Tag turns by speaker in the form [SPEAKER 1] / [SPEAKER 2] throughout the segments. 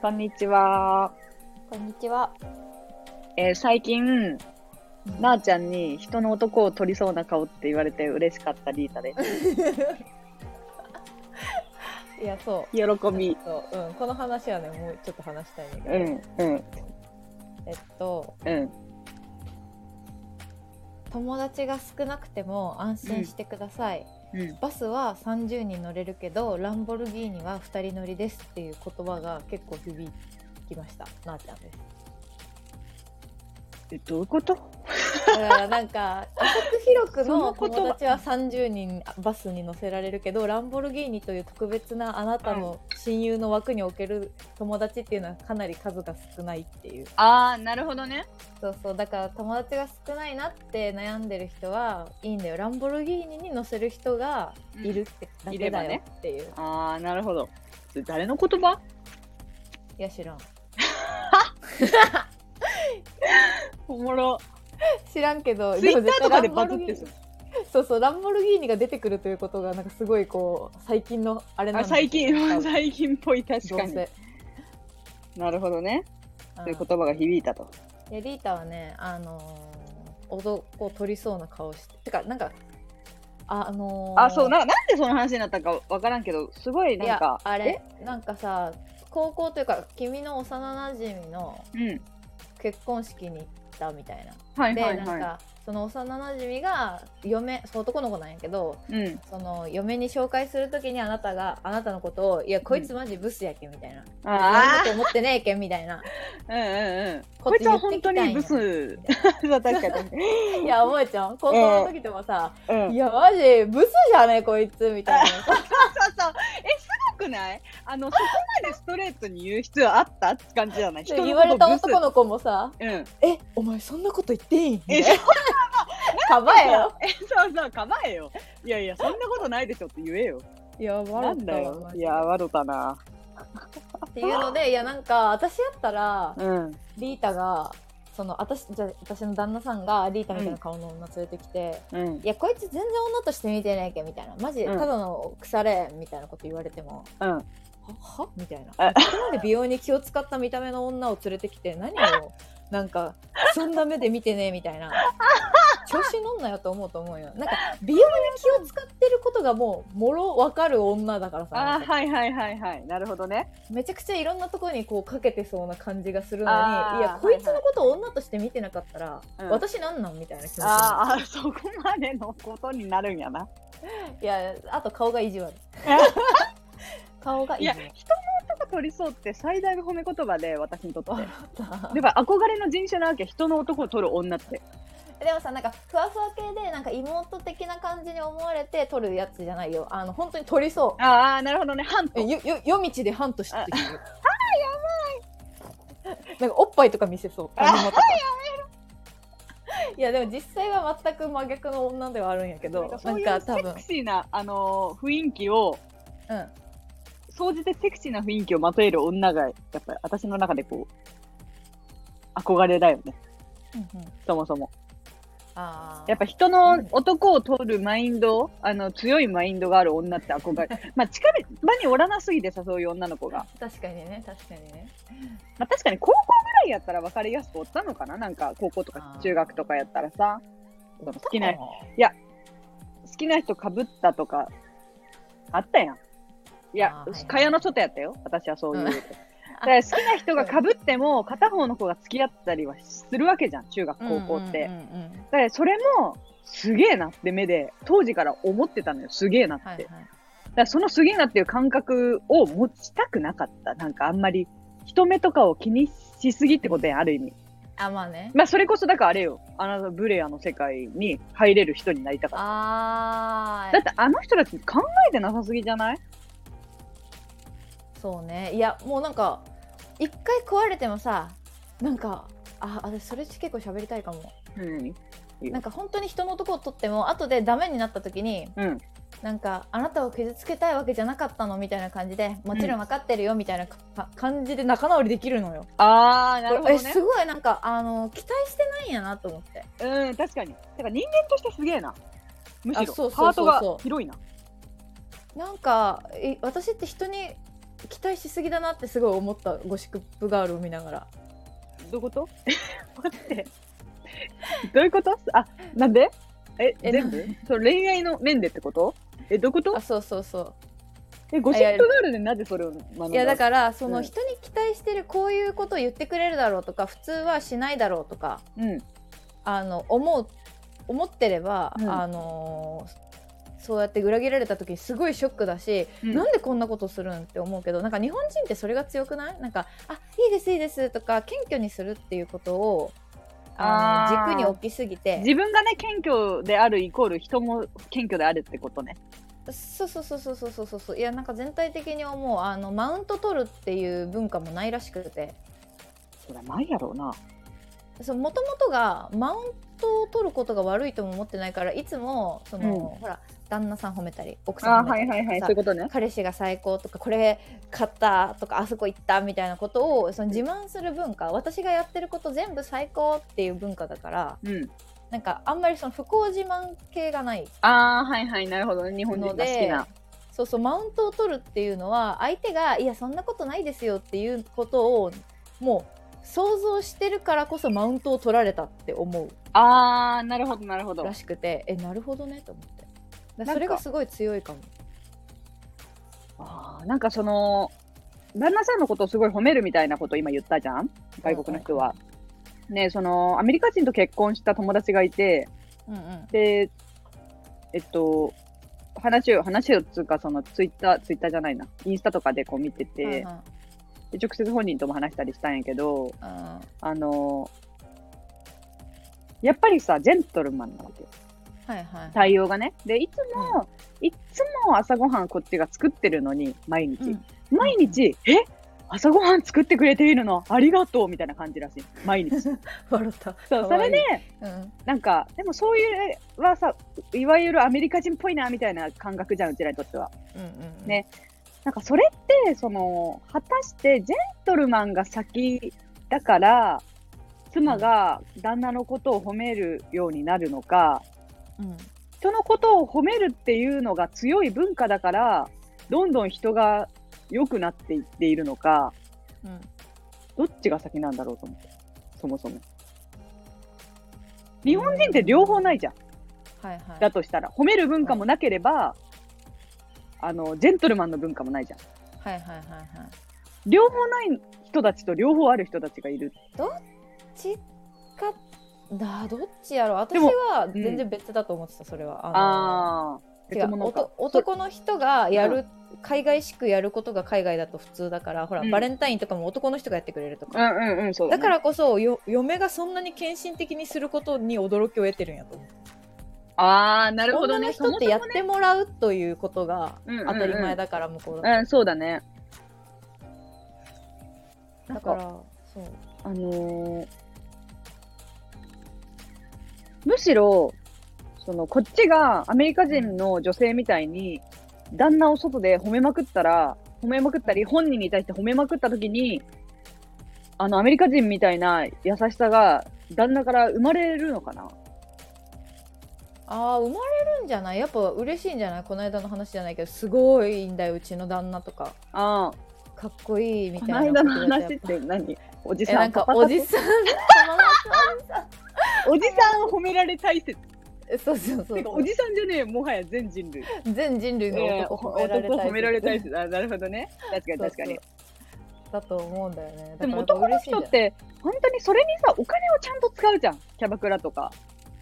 [SPEAKER 1] こんにちは。
[SPEAKER 2] こんにちは。
[SPEAKER 1] えー最近、
[SPEAKER 2] うん
[SPEAKER 1] なあちゃんに人の男を取りそうな顔って言われて嬉しかったリータ です。
[SPEAKER 2] いや、そう。
[SPEAKER 1] 喜び。
[SPEAKER 2] そううん、この話はね、もうちょっと話したいんだけ
[SPEAKER 1] う
[SPEAKER 2] ど、
[SPEAKER 1] ん、うん、
[SPEAKER 2] えっと、
[SPEAKER 1] うん。
[SPEAKER 2] 友達が少なくても安心してください。
[SPEAKER 1] うん、
[SPEAKER 2] バスは30人乗れるけど、ランボルギーニは2人乗りですっていう言葉が結構響きました。なあちゃんです。
[SPEAKER 1] え、どういうこと
[SPEAKER 2] だからなんか浅く広く
[SPEAKER 1] そ
[SPEAKER 2] の
[SPEAKER 1] の言葉
[SPEAKER 2] 友達は30人バスに乗せられるけどランボルギーニという特別なあなたの親友の枠における友達っていうのはかなり数が少ないっていう
[SPEAKER 1] あー、なるほどね。
[SPEAKER 2] そうそうだから友達が少ないなって悩んでる人はいいんだよランボルギーニに乗せる人がいるってだ
[SPEAKER 1] いれ
[SPEAKER 2] け
[SPEAKER 1] ば
[SPEAKER 2] だよ
[SPEAKER 1] ね
[SPEAKER 2] っていう、
[SPEAKER 1] あー、なるほど。それ誰の言葉
[SPEAKER 2] いや知 らん
[SPEAKER 1] おもろ。
[SPEAKER 2] 知らんけど
[SPEAKER 1] ツイッターとかで
[SPEAKER 2] も
[SPEAKER 1] バズ
[SPEAKER 2] 絶対ランボル
[SPEAKER 1] っ
[SPEAKER 2] ギー
[SPEAKER 1] て
[SPEAKER 2] ニ
[SPEAKER 1] そう。
[SPEAKER 2] そうそうランボルギーニが出てくるということがなんかすごいこう最近のあれなん
[SPEAKER 1] あ、
[SPEAKER 2] だ
[SPEAKER 1] 最近
[SPEAKER 2] 多、分
[SPEAKER 1] 最近っぽい、確
[SPEAKER 2] ど
[SPEAKER 1] か
[SPEAKER 2] う
[SPEAKER 1] に。
[SPEAKER 2] せ
[SPEAKER 1] なるほどね。
[SPEAKER 2] うん
[SPEAKER 1] そういう言葉が響いたと。
[SPEAKER 2] いやリータはねあのー、男を取りそうな顔しててかなんかああのー、
[SPEAKER 1] あ、そう、ななんでその話になったかわからんけど、すごい
[SPEAKER 2] い
[SPEAKER 1] なん
[SPEAKER 2] や
[SPEAKER 1] か、
[SPEAKER 2] あれなんかさ高校というか君の幼馴染の
[SPEAKER 1] えうん。
[SPEAKER 2] 結婚式に行ったみたいな、
[SPEAKER 1] はいはい
[SPEAKER 2] でなん
[SPEAKER 1] は
[SPEAKER 2] かその幼馴染が嫁そう男の子なんやけど
[SPEAKER 1] い。うん。
[SPEAKER 2] その嫁に紹介するときにあなたがあなたのことを「いやこいつマジブスやけ」みたいな「
[SPEAKER 1] あ
[SPEAKER 2] そんなこと思ってねえけ」みたいな
[SPEAKER 1] あ、うんうんうん。
[SPEAKER 2] こ
[SPEAKER 1] こいつは
[SPEAKER 2] 言
[SPEAKER 1] 本
[SPEAKER 2] って
[SPEAKER 1] 当
[SPEAKER 2] きたん
[SPEAKER 1] に
[SPEAKER 2] や
[SPEAKER 1] ブス
[SPEAKER 2] みたい
[SPEAKER 1] 確 かに確かに。
[SPEAKER 2] ないやおもえちゃん高校の時とかさ、
[SPEAKER 1] うん。
[SPEAKER 2] いやマジブスじゃねこいつみたいな
[SPEAKER 1] そうそう。え、すごくないあの、そこまでストレートに言う必要あったって感じじゃない
[SPEAKER 2] 言われた男
[SPEAKER 1] の
[SPEAKER 2] の子もさ
[SPEAKER 1] ことブス。うん。
[SPEAKER 2] 「えお前そんなこと言っていいん?」
[SPEAKER 1] え、
[SPEAKER 2] みた
[SPEAKER 1] そ
[SPEAKER 2] いうなかばえよ
[SPEAKER 1] えそうそう、構えよ。いやいや、そんなことないでしょって言えよ。
[SPEAKER 2] いや
[SPEAKER 1] な
[SPEAKER 2] 笑
[SPEAKER 1] ん
[SPEAKER 2] っ
[SPEAKER 1] だ
[SPEAKER 2] た
[SPEAKER 1] よ
[SPEAKER 2] わ。
[SPEAKER 1] いや、わろたな。
[SPEAKER 2] っていうのでいやなんか私やったら
[SPEAKER 1] うん。
[SPEAKER 2] リータがその私じゃあ私の旦那さんがリータみたいな顔の女連れてきて「
[SPEAKER 1] うん。
[SPEAKER 2] いやこいつ全然女として見てないけ」みたいな「マジ
[SPEAKER 1] うん
[SPEAKER 2] ただの腐れ」みたいなこと言われても
[SPEAKER 1] うん。うん。
[SPEAKER 2] ははみたいな。こ
[SPEAKER 1] あ
[SPEAKER 2] こまで美容に気を使った見た目の女を連れてきて何をなんかそんな目で見てねみたいな調子乗んなよと思うと思うよなんか美容に気を使ってることがもうもろわかる女だから
[SPEAKER 1] あ
[SPEAKER 2] さ
[SPEAKER 1] ー、はいはいはいはい。なるほどね。
[SPEAKER 2] めちゃくちゃいろんなところにこうかけてそうな感じがするのにい
[SPEAKER 1] あー
[SPEAKER 2] やこいつのことを女として見てなかったら、
[SPEAKER 1] うん
[SPEAKER 2] 私なんなんみたいな気持ちにな
[SPEAKER 1] あーあー、そこまでのことになるんやな。
[SPEAKER 2] るいやあと顔が意地 悪顔が意
[SPEAKER 1] い
[SPEAKER 2] 地
[SPEAKER 1] や、
[SPEAKER 2] 悪
[SPEAKER 1] 人の男取りそうって最大の褒め言葉で、私にとって。
[SPEAKER 2] だ
[SPEAKER 1] やっぱ憧れの人種なわけ人の男を取る女って
[SPEAKER 2] でもさなんかふわふわ系でなんか妹的な感じに思われて撮るやつじゃないよあの本当に撮りそう
[SPEAKER 1] ああなるほどねハン
[SPEAKER 2] えよよ夜道でハントしてきてるあやばいなんかおっぱいとか見せそう
[SPEAKER 1] あ
[SPEAKER 2] 谷本とかいやでも実際は全く真逆の女ではあるんやけどな
[SPEAKER 1] そうんいう
[SPEAKER 2] か
[SPEAKER 1] セ
[SPEAKER 2] 多分
[SPEAKER 1] クシーなあのー雰囲気を
[SPEAKER 2] うん
[SPEAKER 1] 総じてセクシーな雰囲気をまとえる女がやっぱり私の中でこう憧れだよね
[SPEAKER 2] うんうん
[SPEAKER 1] そもそも
[SPEAKER 2] あー
[SPEAKER 1] やっぱ人の男を取るマインドあの強いマインドがある女って憧 れまあ近場におらなすぎてさそういう女の子が、
[SPEAKER 2] 確かにね確かにね
[SPEAKER 1] まあ、確かに高校ぐらいやったら分かりやすくおったのかななんか高校と
[SPEAKER 2] あ
[SPEAKER 1] か
[SPEAKER 2] ー
[SPEAKER 1] 中学とかやったらさその好きな
[SPEAKER 2] 男も
[SPEAKER 1] 好きな人かぶったとかあったやん。いや
[SPEAKER 2] あーはいはい、
[SPEAKER 1] 蚊帳の外やったよ、私はそういう。
[SPEAKER 2] うん
[SPEAKER 1] だから好きな人がかぶって も、片方の子が付き合ったりはするわけじゃん、中学、高校って。
[SPEAKER 2] うんうんうんうん
[SPEAKER 1] だからそれも、すげえなって目で、当時から思ってたのよ、すげえなって。
[SPEAKER 2] はいはい
[SPEAKER 1] だからそのすげえなっていう感覚を持ちたくなかった。なんかあんまり、人目とかを気にしすぎってことやん、ある意味。
[SPEAKER 2] あまあね
[SPEAKER 1] まあ、それこそ、だからあれよ、あの、ブレアの世界に入れる人になりたかった。
[SPEAKER 2] あ
[SPEAKER 1] だってあの人たち考えてなさすぎじゃない
[SPEAKER 2] そうねいやもうなんか一回壊れてもさなんかあ私それ結構喋りたいかも
[SPEAKER 1] うん。
[SPEAKER 2] なんか本当に人の男を取っても後でダメになった時に
[SPEAKER 1] うん。
[SPEAKER 2] なんかあなたを傷つけたいわけじゃなかったのみたいな感じでもちろん分かってるよみたいなか、感じで仲直りできるのよ、
[SPEAKER 1] ああ、なるほど
[SPEAKER 2] え
[SPEAKER 1] ね
[SPEAKER 2] す。ごいなんかあの期待してないんやなと思って
[SPEAKER 1] うん、確かに。だから人間としてすげえな。むし
[SPEAKER 2] あ
[SPEAKER 1] ろ、
[SPEAKER 2] そう
[SPEAKER 1] ハ
[SPEAKER 2] そう
[SPEAKER 1] ート
[SPEAKER 2] そうそう
[SPEAKER 1] が広いな。
[SPEAKER 2] なんかえ私って人に期待しすぎだなってすごい思ったゴシップガールを見ながら
[SPEAKER 1] どういうこと 待って。どういうことあ、なんでえ、
[SPEAKER 2] え
[SPEAKER 1] 全部そう恋愛の面でってことえ、どういうこと
[SPEAKER 2] あそうそうそ
[SPEAKER 1] え、ゴシップガールでなぜそれを学んだ
[SPEAKER 2] ういやだからそうの
[SPEAKER 1] ん。
[SPEAKER 2] 人に期待してるこういうことを言ってくれるだろうとか普通はしないだろうとから
[SPEAKER 1] うん。
[SPEAKER 2] あの思う思ってれば、
[SPEAKER 1] うん
[SPEAKER 2] あのーそうやって裏切られた時すごいショックだし、
[SPEAKER 1] うん
[SPEAKER 2] なんでこんなことするんって思うけどなんか日本人ってそれが強くないなんか「あいいですいいです」とか謙虚にするっていうことをあの
[SPEAKER 1] あー
[SPEAKER 2] 軸に置きすぎて
[SPEAKER 1] 自分がね、謙虚であるイコール人も謙虚であるってことね。
[SPEAKER 2] そうそうそうそうそうそうそういやなんか全体的にはもうあのマウント取るっていう文化もないらしくて
[SPEAKER 1] そりゃないやろうな。
[SPEAKER 2] もともとがマウントを取ることが悪いとも思ってないからいつもその、ほら旦那さん褒めたり奥さん褒めたり
[SPEAKER 1] そ
[SPEAKER 2] さ
[SPEAKER 1] ういうことね。
[SPEAKER 2] 彼氏が最高とかこれ買ったとかあそこ行ったみたいなことをその自慢する文化私がやってること全部最高っていう文化だから
[SPEAKER 1] うん。
[SPEAKER 2] なんかあんまりその不幸自慢系がない
[SPEAKER 1] ああ、はいはい、なるほどね。日本
[SPEAKER 2] の
[SPEAKER 1] 人が好き
[SPEAKER 2] で
[SPEAKER 1] な。
[SPEAKER 2] そうそうマウントを取るっていうのは相手がいやそんなことないですよっていうことをもう想像してるからこそマウントを取られたって思
[SPEAKER 1] ああ、なるほど、なるほ
[SPEAKER 2] う
[SPEAKER 1] ど
[SPEAKER 2] ら。しくてえなるほどねと思ってだ
[SPEAKER 1] んか
[SPEAKER 2] か
[SPEAKER 1] ら
[SPEAKER 2] それがすごい強いかも
[SPEAKER 1] あーなんかその、旦那さんのことをすごい褒めるみたいなことを今言ったじゃん外国の人は。ね、その、アメリカ人と結婚した友達がいて、
[SPEAKER 2] うんうん
[SPEAKER 1] で、えっと、話を、話をっつうか、その、ツイッター、ツイッターじゃないな、インスタとかでこう見てて、
[SPEAKER 2] うん
[SPEAKER 1] で直接本人とも話したりしたんやけど、
[SPEAKER 2] うんうん
[SPEAKER 1] あの、やっぱりさ、ジェントルマンなわけよ
[SPEAKER 2] はいはい
[SPEAKER 1] 対応がね。で、いつも、いつも朝ごはんこっちが作ってるのに、毎日。
[SPEAKER 2] うん
[SPEAKER 1] 毎日、え朝ごはん作ってくれているのありがとうみたいな感じらしい。毎 日。そう
[SPEAKER 2] 笑った
[SPEAKER 1] それで、
[SPEAKER 2] うん
[SPEAKER 1] なんか、でもそういうはさ、いわゆるアメリカ人っぽいなみたいな感覚じゃん、うちらにとっては。
[SPEAKER 2] うんうんうん
[SPEAKER 1] ねなんかそれって、その、果たしてジェントルマンが先だから、妻が旦那のことを褒めるようになるのか、
[SPEAKER 2] うん
[SPEAKER 1] 人のことを褒めるっていうのが強い文化だから、どんどん人が良くなっていっているのか、
[SPEAKER 2] うん
[SPEAKER 1] どっちが先なんだろうと思って、そもそも。日本人って両方ないじゃん。
[SPEAKER 2] はいはい
[SPEAKER 1] だとしたら、褒める文化もなければ、あの、ジェントルマンの文化もないじゃん。
[SPEAKER 2] はいはいはいはい
[SPEAKER 1] 両方ない人たちと両方ある人たちがいる。
[SPEAKER 2] ちっかだどっちやろう私
[SPEAKER 1] でも
[SPEAKER 2] は
[SPEAKER 1] うん
[SPEAKER 2] 全然別だと思ってた、それはあ
[SPEAKER 1] ああ、
[SPEAKER 2] の違うおと男の人がやる、海外しくやることが海外だと普通だからほら、
[SPEAKER 1] うん
[SPEAKER 2] バレンタインとかも男の人がやってくれると
[SPEAKER 1] う
[SPEAKER 2] か、
[SPEAKER 1] んうんうん、そうだ,、
[SPEAKER 2] だからこそよ嫁がそんなに献身的にすることに驚きを得てるんやと思う、
[SPEAKER 1] ああ、なるほど
[SPEAKER 2] 女
[SPEAKER 1] ね。
[SPEAKER 2] の人ってやってもらうということが
[SPEAKER 1] うんうんうん
[SPEAKER 2] 当たり前だから向こうだ,、
[SPEAKER 1] うん、そうだね。
[SPEAKER 2] だからそう
[SPEAKER 1] あのーむしろ、その、こっちがアメリカ人の女性みたいに、旦那を外で褒めまくったら、褒めまくったり、本人に対して褒めまくった時に、あの、アメリカ人みたいな優しさが、旦那から生まれるのかな
[SPEAKER 2] ああ生まれるんじゃないやっぱ嬉しいんじゃないこの間の話じゃないけどすごいんだようちの旦那とか
[SPEAKER 1] ああ、
[SPEAKER 2] かっこいいみ
[SPEAKER 1] こ
[SPEAKER 2] たい
[SPEAKER 1] の間
[SPEAKER 2] な
[SPEAKER 1] の
[SPEAKER 2] ことだと
[SPEAKER 1] 話
[SPEAKER 2] や
[SPEAKER 1] っ
[SPEAKER 2] ぱ
[SPEAKER 1] て何おじ
[SPEAKER 2] え
[SPEAKER 1] さん
[SPEAKER 2] なんか
[SPEAKER 1] パパ
[SPEAKER 2] おじさん
[SPEAKER 1] おじさんを褒められ大切。
[SPEAKER 2] そうそうそ
[SPEAKER 1] て
[SPEAKER 2] う
[SPEAKER 1] かおじさんじゃねえ、もはや全人類。
[SPEAKER 2] 全人類の
[SPEAKER 1] ええ
[SPEAKER 2] 男褒められたい、
[SPEAKER 1] 男褒められ大切。あなるほどね。確かに確かに。
[SPEAKER 2] そうだと思うんだよね
[SPEAKER 1] で
[SPEAKER 2] だ
[SPEAKER 1] も
[SPEAKER 2] から
[SPEAKER 1] 男の
[SPEAKER 2] 嬉しいんじ
[SPEAKER 1] 人
[SPEAKER 2] ゃ
[SPEAKER 1] っ
[SPEAKER 2] ない
[SPEAKER 1] て本当にそれにさお金をちゃんと使うじゃんキャバクラとか、
[SPEAKER 2] は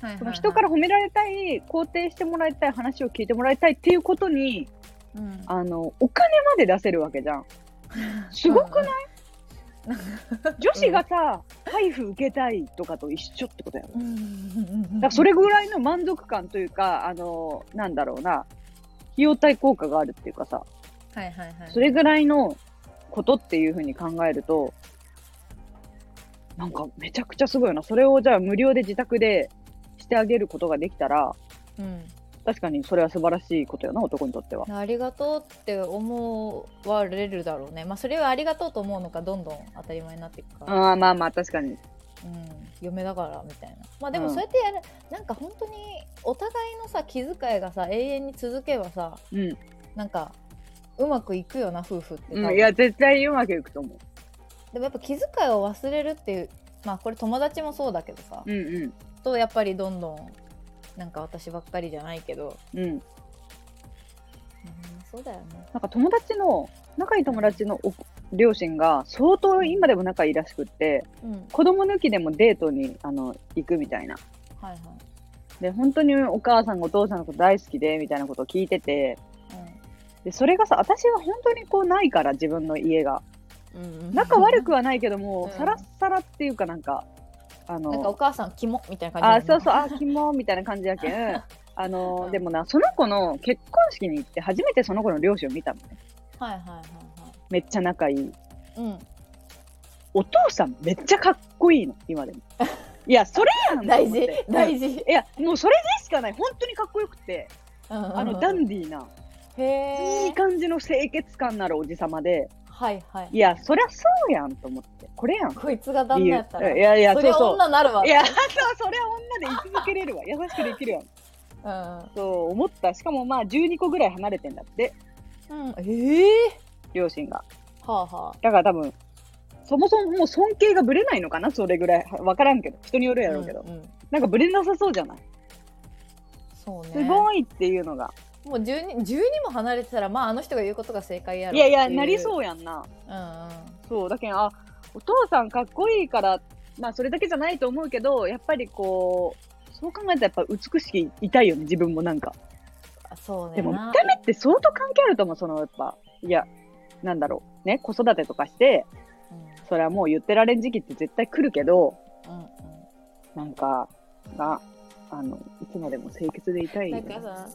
[SPEAKER 2] いはい
[SPEAKER 1] そ
[SPEAKER 2] は
[SPEAKER 1] の
[SPEAKER 2] い
[SPEAKER 1] 人から褒められたい肯定してもらいたい話を聞いてもらいたいっていうことに
[SPEAKER 2] うん
[SPEAKER 1] あのお金まで出せるわけじ ゃんすごくない女子がさ配布受けたいとかと一緒ってことやろ
[SPEAKER 2] うんうん
[SPEAKER 1] だからそれぐらいの満足感というかあのなんだろうな費用対効果があるっていうかさ
[SPEAKER 2] はいはいはい
[SPEAKER 1] それぐらいのことっていうふうに考えると、なんかめちゃくちゃすごいよな。それをじゃあ無料で自宅でしてあげることができたら、
[SPEAKER 2] うん
[SPEAKER 1] 確かにそれは素晴らしいことよな、男にとっては。
[SPEAKER 2] ありがとうって思われるだろうねまあそれはありがとうと思うのかどんどん当たり前になっていくから
[SPEAKER 1] ああ、まあまあ、確かに。
[SPEAKER 2] うん、嫁だからみたいなまあでも
[SPEAKER 1] うん
[SPEAKER 2] そうやってやる、なんか本当にお互いのさ気遣いがさ永遠に続けばさ
[SPEAKER 1] うん。
[SPEAKER 2] なんかうまくいくよな夫婦って多分、
[SPEAKER 1] うん、いや、絶対うまくいくと思
[SPEAKER 2] でもやっぱ気遣いを忘れるっていうまあこれ友達もそうだけどさ、
[SPEAKER 1] う。うん
[SPEAKER 2] とやっぱりどんどんなんか私ばっかりじゃないけど、
[SPEAKER 1] うん。うん。
[SPEAKER 2] うん、そうだよね
[SPEAKER 1] なんか友達の、仲いい友達のお両親が相当今でも仲いいらしくって、
[SPEAKER 2] うん
[SPEAKER 1] 子供抜きでもデートにあの行くみたいな。
[SPEAKER 2] はいはい
[SPEAKER 1] で、本当にお母さんお父さんのこと大好きで、みたいなことを聞いてて、で、それがさ、私は本当にこうないから、自分の家が。
[SPEAKER 2] うん、
[SPEAKER 1] 仲悪くはないけども、
[SPEAKER 2] うん
[SPEAKER 1] さらっさらっていうかなんか、あの、
[SPEAKER 2] なんかお母さんキモみたいな
[SPEAKER 1] あ
[SPEAKER 2] 感じ
[SPEAKER 1] そうそううあキモみたいな感じや けんあの
[SPEAKER 2] うん
[SPEAKER 1] でもなその子の結婚式に行って初めてその子の両親を見たのね
[SPEAKER 2] はいはいはいは
[SPEAKER 1] めっちゃ仲いい
[SPEAKER 2] いうん
[SPEAKER 1] お父さんめっちゃかっこいいの今で もいやそれやんと
[SPEAKER 2] 大
[SPEAKER 1] 思っ
[SPEAKER 2] 事
[SPEAKER 1] て
[SPEAKER 2] 大事、
[SPEAKER 1] うんいやもうそれでしかない本当にかっこよくて
[SPEAKER 2] あ
[SPEAKER 1] あのダンディーな
[SPEAKER 2] へえ
[SPEAKER 1] いい感じの清潔感のあるおじさまで
[SPEAKER 2] はいはい
[SPEAKER 1] いやそりゃそうやんと思ってこれやん
[SPEAKER 2] こいつが旦
[SPEAKER 1] 理
[SPEAKER 2] 那
[SPEAKER 1] 由
[SPEAKER 2] やった
[SPEAKER 1] い
[SPEAKER 2] ら
[SPEAKER 1] やいやそ
[SPEAKER 2] そ
[SPEAKER 1] う
[SPEAKER 2] れは
[SPEAKER 1] そ
[SPEAKER 2] 女になるわ
[SPEAKER 1] ういやそう それは女で居続けれるわ優しくできるわそう思ったしかもまあ12個ぐらい離れてんだって
[SPEAKER 2] うん、うん、ええ
[SPEAKER 1] 両親が
[SPEAKER 2] はあはあ
[SPEAKER 1] だから多分そもそももう尊敬がぶれないのかなそれぐらいは分からんけど人によるやろうけど、
[SPEAKER 2] んん
[SPEAKER 1] なんかぶれなさそうじゃない、
[SPEAKER 2] そうね
[SPEAKER 1] すごいっていうのが
[SPEAKER 2] もう 12, 12も離れてたらまああの人が言うことが正解やろ
[SPEAKER 1] いやいやなり
[SPEAKER 2] う
[SPEAKER 1] そうやんな
[SPEAKER 2] っていう、うんうん、
[SPEAKER 1] そうだけどあお父さんかっこいいからまあそれだけじゃないと思うけどやっぱりこうそう考えたらやっぱ美しくいたいよね自分もなんか
[SPEAKER 2] あそうね
[SPEAKER 1] でも見
[SPEAKER 2] な
[SPEAKER 1] た目って相当関係あると思うそのやっぱいやなんだろうね子育てとかしてそれはもう言ってられん時期って絶対来るけど
[SPEAKER 2] うんうん
[SPEAKER 1] なんかがあのいつまでも清潔でいたい
[SPEAKER 2] うん、
[SPEAKER 1] よ
[SPEAKER 2] な
[SPEAKER 1] ね
[SPEAKER 2] んかさ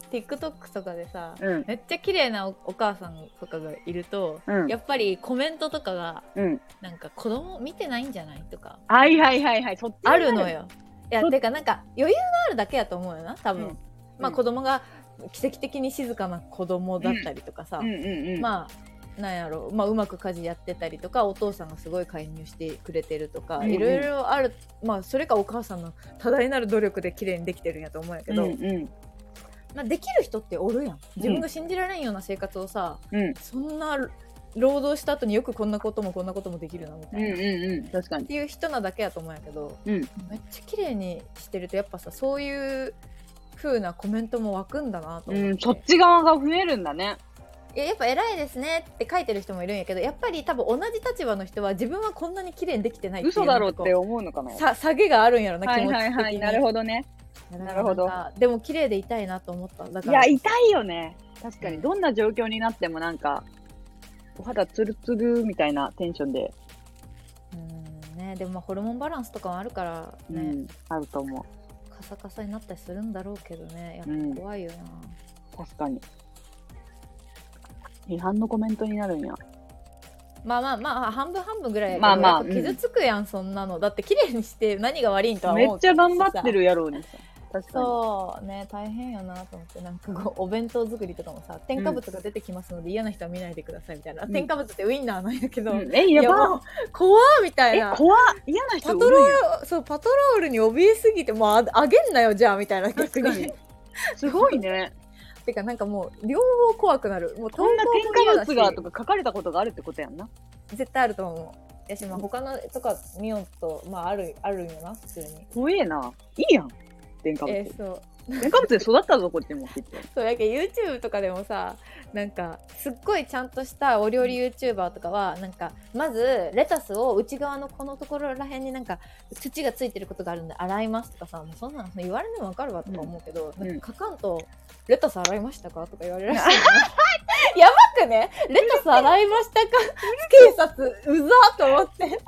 [SPEAKER 2] TikTok とかでさ
[SPEAKER 1] うん
[SPEAKER 2] めっちゃ綺麗なおお母さんとかがいると、
[SPEAKER 1] うん
[SPEAKER 2] やっぱりコメントとかが
[SPEAKER 1] うん
[SPEAKER 2] なんか子供見てないんじゃないとか
[SPEAKER 1] はいはいはいはいそっち
[SPEAKER 2] あるのよ。いや
[SPEAKER 1] そ
[SPEAKER 2] てかなんか余裕があるだけやと思うよな多分、
[SPEAKER 1] うん
[SPEAKER 2] まあ
[SPEAKER 1] うん
[SPEAKER 2] 子供が奇跡的に静かな子供だったりとかさ、
[SPEAKER 1] うんうんうん
[SPEAKER 2] まあなんやろう、まあ、うまく家事やってたりとかお父さんがすごい介入してくれてるとか、
[SPEAKER 1] うんうん
[SPEAKER 2] いろいろある、まあ、それかお母さんの多大なる努力で綺麗にできてるんやと思うんやけど、
[SPEAKER 1] うんうん
[SPEAKER 2] まあ、できる人っておるやん自分が信じられんような生活をさ、
[SPEAKER 1] うん
[SPEAKER 2] そんな労働した後によくこんなこともこんなこともできるなみた
[SPEAKER 1] う
[SPEAKER 2] い
[SPEAKER 1] んう
[SPEAKER 2] な、っ
[SPEAKER 1] んうん確かに
[SPEAKER 2] ていう人なだけやと思うんやけど、
[SPEAKER 1] うん
[SPEAKER 2] めっちゃ綺麗にしてるとやっぱさそういう風なコメントも湧くんだなと思って、
[SPEAKER 1] うんそっち側が増えるんだね
[SPEAKER 2] いややっぱ偉いですねって書いてる人もいるんやけどやっぱり多分同じ立場の人は自分はこんなに綺麗にできてない
[SPEAKER 1] 嘘だろうって
[SPEAKER 2] う
[SPEAKER 1] 思うのかな
[SPEAKER 2] なんかこうさ下げがあるんやろな
[SPEAKER 1] は
[SPEAKER 2] 気
[SPEAKER 1] い
[SPEAKER 2] 持ち的に、
[SPEAKER 1] はいはいなるほどねなるほど
[SPEAKER 2] なんかでも綺麗でいたいなと思っただ
[SPEAKER 1] い
[SPEAKER 2] から
[SPEAKER 1] や痛いよね確か
[SPEAKER 2] う
[SPEAKER 1] に
[SPEAKER 2] ん
[SPEAKER 1] どんな状況になってもなんかお肌ツルツルみたいなテンションで、
[SPEAKER 2] うんねでもまあホルモンバランスとかもあるから
[SPEAKER 1] う
[SPEAKER 2] ね、
[SPEAKER 1] ん、あると思
[SPEAKER 2] カサカサになったりするんだろうけどねや
[SPEAKER 1] う
[SPEAKER 2] っ
[SPEAKER 1] ん
[SPEAKER 2] ぱ怖いよな、
[SPEAKER 1] う確かに批判のコメントになるんや
[SPEAKER 2] まあまあまあ半分半分ぐらいやけど
[SPEAKER 1] まあまあ
[SPEAKER 2] やっぱ傷つくやん、そんなのだって綺麗にして何が悪いんとは
[SPEAKER 1] め
[SPEAKER 2] 思う
[SPEAKER 1] っちゃ頑張ってるやろうにさ確かに
[SPEAKER 2] そうね大変やなと思ってなんかこうお弁当作りとかもさ添加物が出てきますので嫌な人は見ないでくださいみたいな、
[SPEAKER 1] うん
[SPEAKER 2] 添加物ってウインナーなんやけど、
[SPEAKER 1] うんえ、
[SPEAKER 2] い
[SPEAKER 1] や
[SPEAKER 2] や
[SPEAKER 1] ば
[SPEAKER 2] もう怖っみたい
[SPEAKER 1] え、
[SPEAKER 2] な
[SPEAKER 1] 怖っ嫌な
[SPEAKER 2] パ
[SPEAKER 1] 人
[SPEAKER 2] ト
[SPEAKER 1] おる
[SPEAKER 2] ロ
[SPEAKER 1] んや
[SPEAKER 2] ールそうパトロールに怯えすぎてもうああげんなよじゃあみたいな逆
[SPEAKER 1] 確か
[SPEAKER 2] に
[SPEAKER 1] に。すごい ね。
[SPEAKER 2] てかなんかもう両方怖くなるもう
[SPEAKER 1] こんな
[SPEAKER 2] 東京
[SPEAKER 1] 添加
[SPEAKER 2] 都
[SPEAKER 1] 物
[SPEAKER 2] 民や
[SPEAKER 1] が
[SPEAKER 2] し
[SPEAKER 1] とか書かれたことがあるってことやんな。
[SPEAKER 2] 絶対あると思うやしまあ他のとか見ようとまああるあるんよな普通に
[SPEAKER 1] 怖えな。いいやん。添加物。
[SPEAKER 2] えーそう
[SPEAKER 1] 添加物で育ったぞ、こっちも。 きっと
[SPEAKER 2] そうやけん YouTube とかでもさなんかすっごいちゃんとしたお料理 YouTuber とかはなんかまずレタスを内側のこのところらへんになんか土がついてることがあるんで洗いますとかさもうそんなの言われるのもわかるわとか思うけど、
[SPEAKER 1] うん
[SPEAKER 2] なんか書かんと「レタス洗いましたか?」とか言われるらしいよね やばくねレタス洗いました か警察うざーと思って
[SPEAKER 1] こ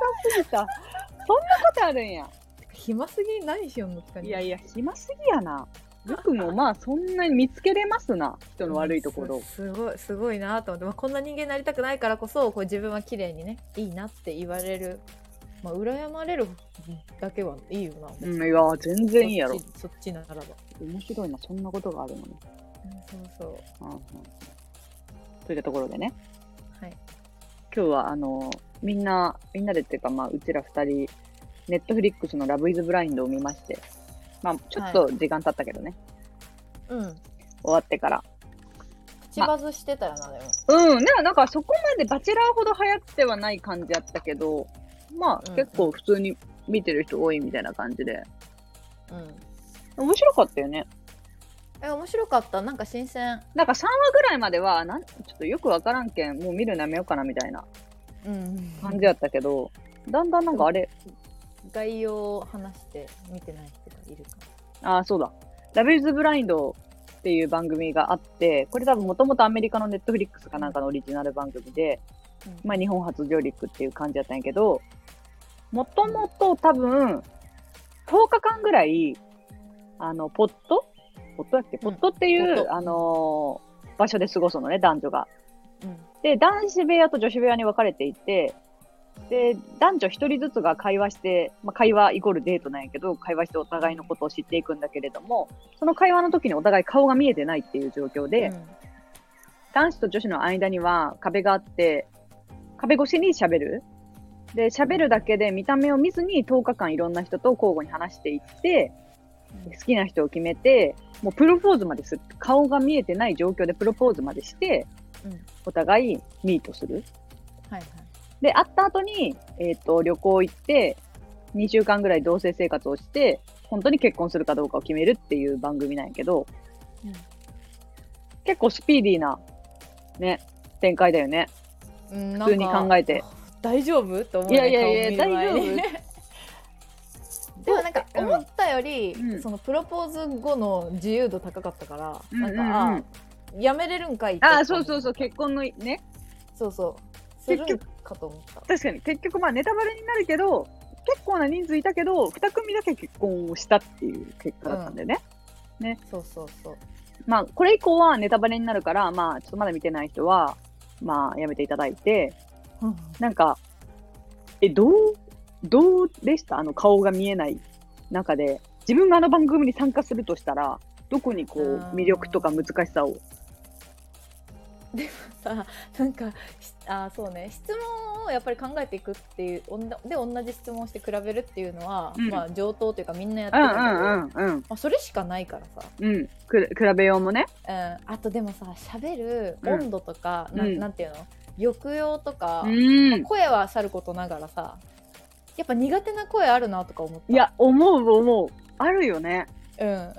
[SPEAKER 1] とあるんや。
[SPEAKER 2] 暇すぎ何しよんのとか
[SPEAKER 1] いやいや、暇すぎやな。よくもまあ、そんなに見つけれますな。人の悪いところ。
[SPEAKER 2] すすごいすごいなと思って、まあ、こんな人間になりたくないからこそこう自分は綺麗にねいいなって言われるまあ羨まれるだけはいいよな、
[SPEAKER 1] うん、いや、全然いいやろ
[SPEAKER 2] そっ。ちそっちならば、
[SPEAKER 1] 面白いな、そんなことがあるのね。
[SPEAKER 2] そうそ
[SPEAKER 1] う
[SPEAKER 2] う
[SPEAKER 1] んうんといったところでね、
[SPEAKER 2] はい
[SPEAKER 1] 今日はあの、みんな、みんなでっていうか、まあ、うちら二人、ネットフリックスのラブイズブラインドを見まして、まあ、ちょっと時間経ったけどね、
[SPEAKER 2] うん
[SPEAKER 1] 終わってから、
[SPEAKER 2] チバズしてたよな、でも。
[SPEAKER 1] うん、でもなんかそこまでバチェラーほど流行ってはない感じやったけど、ま
[SPEAKER 2] う
[SPEAKER 1] あ
[SPEAKER 2] ん
[SPEAKER 1] 結構普通に見てる人多いみたいな感じで。
[SPEAKER 2] うん。
[SPEAKER 1] 面白かったよね。
[SPEAKER 2] え、面白かった。なんか新鮮。
[SPEAKER 1] なんか3話ぐらいまでは、なんちょっとよくわからんけん、もう見るのやめようかなみたいな
[SPEAKER 2] うん。
[SPEAKER 1] 感じやったけど、だんだんなんかあれ、
[SPEAKER 2] 概要を話して見てない人がいるか
[SPEAKER 1] ああ、そうだ。ラビルズ・ブラインドっていう番組があって、これ多分もともとアメリカのネットフリックスかなんかのオリジナル番組で、
[SPEAKER 2] うん
[SPEAKER 1] まあ日本初上陸っていう感じだったんやけど、もともと多分、10日間ぐらい、あの、ポットポットだっけポットっていう、
[SPEAKER 2] ポット
[SPEAKER 1] あのー場所で過ごすのね、男女が。
[SPEAKER 2] ら。うん。
[SPEAKER 1] で、男子部屋と女子部屋に分かれていて、で、男女一人ずつが会話して、まあ、会話イコールデートなんやけど、会話してお互いのことを知っていくんだけれども、その会話の時にお互い顔が見えてないっていう状況で、
[SPEAKER 2] うん
[SPEAKER 1] 男子と女子の間には壁があって、壁越しに喋る。で、喋るだけで見た目を見ずに10日間いろんな人と交互に話していって、好きな人を決めて、もうプロポーズまでする。顔が見えてない状況でプロポーズまでして、
[SPEAKER 2] うん。はい
[SPEAKER 1] お互いミートする。
[SPEAKER 2] はい。
[SPEAKER 1] で、会った後に、えっ、と、旅行行って、2週間ぐらい同棲生活をして、本当に結婚するかどうかを決めるっていう番組なんやけど、
[SPEAKER 2] うん
[SPEAKER 1] 結構スピーディーな、ね、展開だよね。
[SPEAKER 2] うん、
[SPEAKER 1] 普通に考えて。
[SPEAKER 2] 大丈夫と思う、
[SPEAKER 1] い
[SPEAKER 2] ね、
[SPEAKER 1] やいやいや、
[SPEAKER 2] 顔見る
[SPEAKER 1] 大
[SPEAKER 2] 前に
[SPEAKER 1] 丈夫
[SPEAKER 2] でもなんか
[SPEAKER 1] うん
[SPEAKER 2] 思ったより、
[SPEAKER 1] うん
[SPEAKER 2] そのプロポーズ後の自由度高かったから、
[SPEAKER 1] うんうんうん
[SPEAKER 2] なんかあやめれるんかいって
[SPEAKER 1] ああ、そうそうそう、
[SPEAKER 2] う
[SPEAKER 1] 結婚のね、
[SPEAKER 2] そうそうす
[SPEAKER 1] 結
[SPEAKER 2] る
[SPEAKER 1] 局
[SPEAKER 2] んかと思った
[SPEAKER 1] 確かに、結局まあネタバレになるけど、結構な人数いたけど、2組だけ結婚をしたっていう結果だったんだよね。
[SPEAKER 2] そうそうそう
[SPEAKER 1] まあ、これ以降はネタバレになるから、まあ、ちょっとまだ見てない人は、まあ、やめていただいて、なんか、え、どう、どうでしたあの顔が見えない中で、自分があの番組に参加するとしたら、どこにこう
[SPEAKER 2] あー
[SPEAKER 1] 魅力とか難しさを。
[SPEAKER 2] さなんかしあそうね質問をやっぱり考えていくっていうおんなで同じ質問をして比べるっていうのは、
[SPEAKER 1] うん
[SPEAKER 2] まあ上等というかみんなやっ
[SPEAKER 1] う
[SPEAKER 2] て
[SPEAKER 1] ん
[SPEAKER 2] る
[SPEAKER 1] うん
[SPEAKER 2] だけど、
[SPEAKER 1] んうん
[SPEAKER 2] まあ、それしかないからさ
[SPEAKER 1] うん。うん。く比べようもね。
[SPEAKER 2] うん、あとでもさ喋る
[SPEAKER 1] うん
[SPEAKER 2] 温度とか、な
[SPEAKER 1] うん
[SPEAKER 2] なんていうの抑揚とか、
[SPEAKER 1] うん。
[SPEAKER 2] 声はさることながらさやっぱ苦手な声あるなとか思った
[SPEAKER 1] いや、思う思う。あるよね。
[SPEAKER 2] うん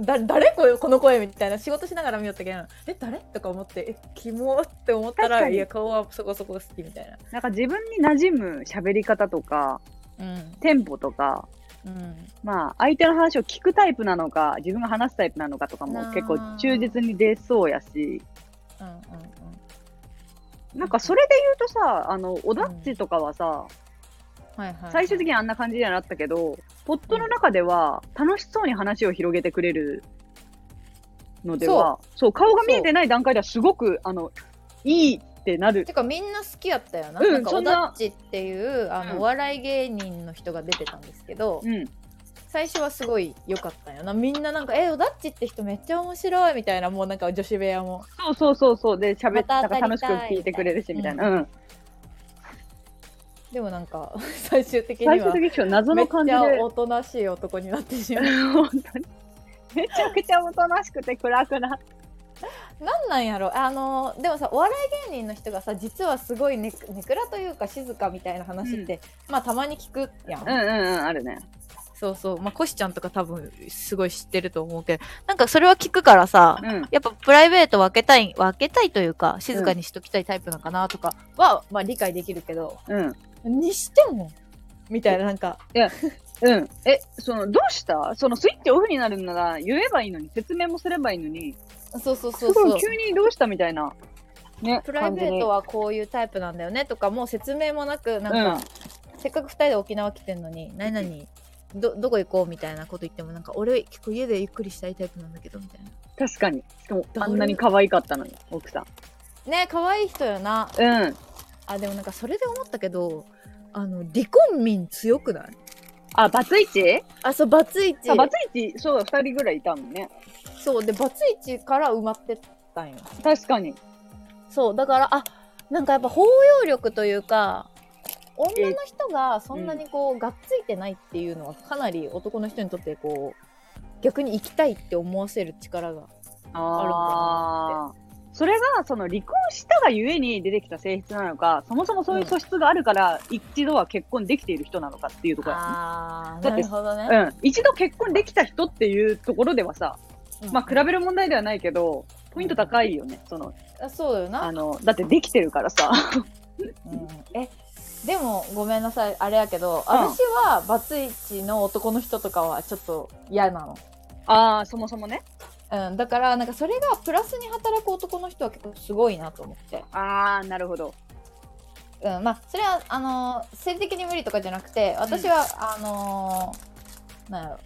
[SPEAKER 2] だ誰これこの声みたいな仕事しながら見よったけんえ誰とか思ってえキモって思った
[SPEAKER 1] 確
[SPEAKER 2] ら
[SPEAKER 1] かに
[SPEAKER 2] いや顔はそこそこ好きみたいな
[SPEAKER 1] なんか自分に馴染む喋り方とか、
[SPEAKER 2] うん
[SPEAKER 1] テンポとか、
[SPEAKER 2] うん
[SPEAKER 1] まあ、相手の話を聞くタイプなのか、自分が話すタイプなのかとかも結構忠実に出そうやし、
[SPEAKER 2] うんうん
[SPEAKER 1] なんかそれで言うとさ、あの、おだっちとかはさ、
[SPEAKER 2] はいはい
[SPEAKER 1] 最終的にあんな感じにはなったけど、ポットの中では楽しそうに話を広げてくれるのでは、そう、顔が見えてない段階ではすごく、あの、いいってなる。
[SPEAKER 2] てかみんな好きやったよな,、
[SPEAKER 1] うん
[SPEAKER 2] なんか
[SPEAKER 1] そ
[SPEAKER 2] お
[SPEAKER 1] んな
[SPEAKER 2] だっちっていうあの、
[SPEAKER 1] うん
[SPEAKER 2] お笑い芸人の人が出てたんですけど、
[SPEAKER 1] うん。
[SPEAKER 2] 最初はすごい良かったよなみんななんか「えおだっちって人めっちゃ面白い」みたいなもうなんか女子部屋も
[SPEAKER 1] そうそうそうそう。で、喋った
[SPEAKER 2] また当たりたい
[SPEAKER 1] 楽しく聞いてくれるし、みたいな。うん。
[SPEAKER 2] でもなんか 最終的に
[SPEAKER 1] 最終
[SPEAKER 2] は
[SPEAKER 1] 的にちょっと謎
[SPEAKER 2] め
[SPEAKER 1] の
[SPEAKER 2] っ
[SPEAKER 1] 感じ
[SPEAKER 2] ちゃ
[SPEAKER 1] で。
[SPEAKER 2] おとなしい男になってしま う
[SPEAKER 1] 本当に。めちゃくちゃおとなしくて暗くなっ
[SPEAKER 2] なんなんやろあのでもさお笑い芸人の人がさ実はすごいネクネクラというか静かみたいな話って、まあたまに聞くやん、
[SPEAKER 1] うんうんうん、あるね。
[SPEAKER 2] そうそうまあコシちゃんとか多分すごい知ってると思うけどなんかそれは聞くからさ
[SPEAKER 1] うん。
[SPEAKER 2] やっぱプライベート分けたい分けたいというか静かにしときたいタイプなのかなとかは、まあ理解できるけど
[SPEAKER 1] うん。
[SPEAKER 2] にしてもみたいななんか
[SPEAKER 1] うん。え、その、どうしたそのスイッチオフになるなら言えばいいのに、説明もすればいいのに、
[SPEAKER 2] そうそうそ
[SPEAKER 1] す
[SPEAKER 2] うそ
[SPEAKER 1] ご
[SPEAKER 2] う
[SPEAKER 1] い急にどうしたみたいな。ね、
[SPEAKER 2] プライベート
[SPEAKER 1] は。
[SPEAKER 2] はこういうタイプなんだよねとかもう説明もなくなんか、せっかく2人で沖縄来てんのに何々どどこ行こうみたいなこと言ってもなんか俺結構家でゆっくりしたいタイプなんだけどみたいな
[SPEAKER 1] 確かに。しかも、あんなに可愛かったのに、奥さん。
[SPEAKER 2] ね可愛い人よな
[SPEAKER 1] うん。
[SPEAKER 2] あでもなんかそれで思ったけどあの離婚民強くない
[SPEAKER 1] あ、バツイチ
[SPEAKER 2] あそうバツイチ
[SPEAKER 1] あ、バツイチ、そうだ、二人ぐらいいたもんね。
[SPEAKER 2] そうでバツイチから埋まってったんよ
[SPEAKER 1] 確かに。
[SPEAKER 2] そうだからあなんかやっぱ包容力というか女の人がそんなにこう、がっついてないっていうのはかなり男の人にとってこう逆に行きたいって思わせる力が
[SPEAKER 1] ああ。それが、その離婚したがゆえに出てきた性質なのか、そもそもそういう素質があるから、一度は結婚できている人なのかっていうところだ
[SPEAKER 2] ああ
[SPEAKER 1] だっ
[SPEAKER 2] な
[SPEAKER 1] て
[SPEAKER 2] るほどね、
[SPEAKER 1] ね。うん。一度結婚できた人っていうところではさ、
[SPEAKER 2] うん
[SPEAKER 1] まあ、比べる問題ではないけど、ポイント高いよね。その、
[SPEAKER 2] あそうだよな
[SPEAKER 1] あの、だってできてるからさ。
[SPEAKER 2] うんえでもごめんなさいあれやけ
[SPEAKER 1] ん
[SPEAKER 2] ど、私はバツイチの男の人とかはちょっと嫌なの、
[SPEAKER 1] ああ、そもそもね。
[SPEAKER 2] うん、だからなんかそれがプラスに働く男の人は結構すごいなと思って、
[SPEAKER 1] ああ、なるほど。
[SPEAKER 2] うん、まあそれはあのー性的に無理とかじゃなくて私は、あのーなんやろ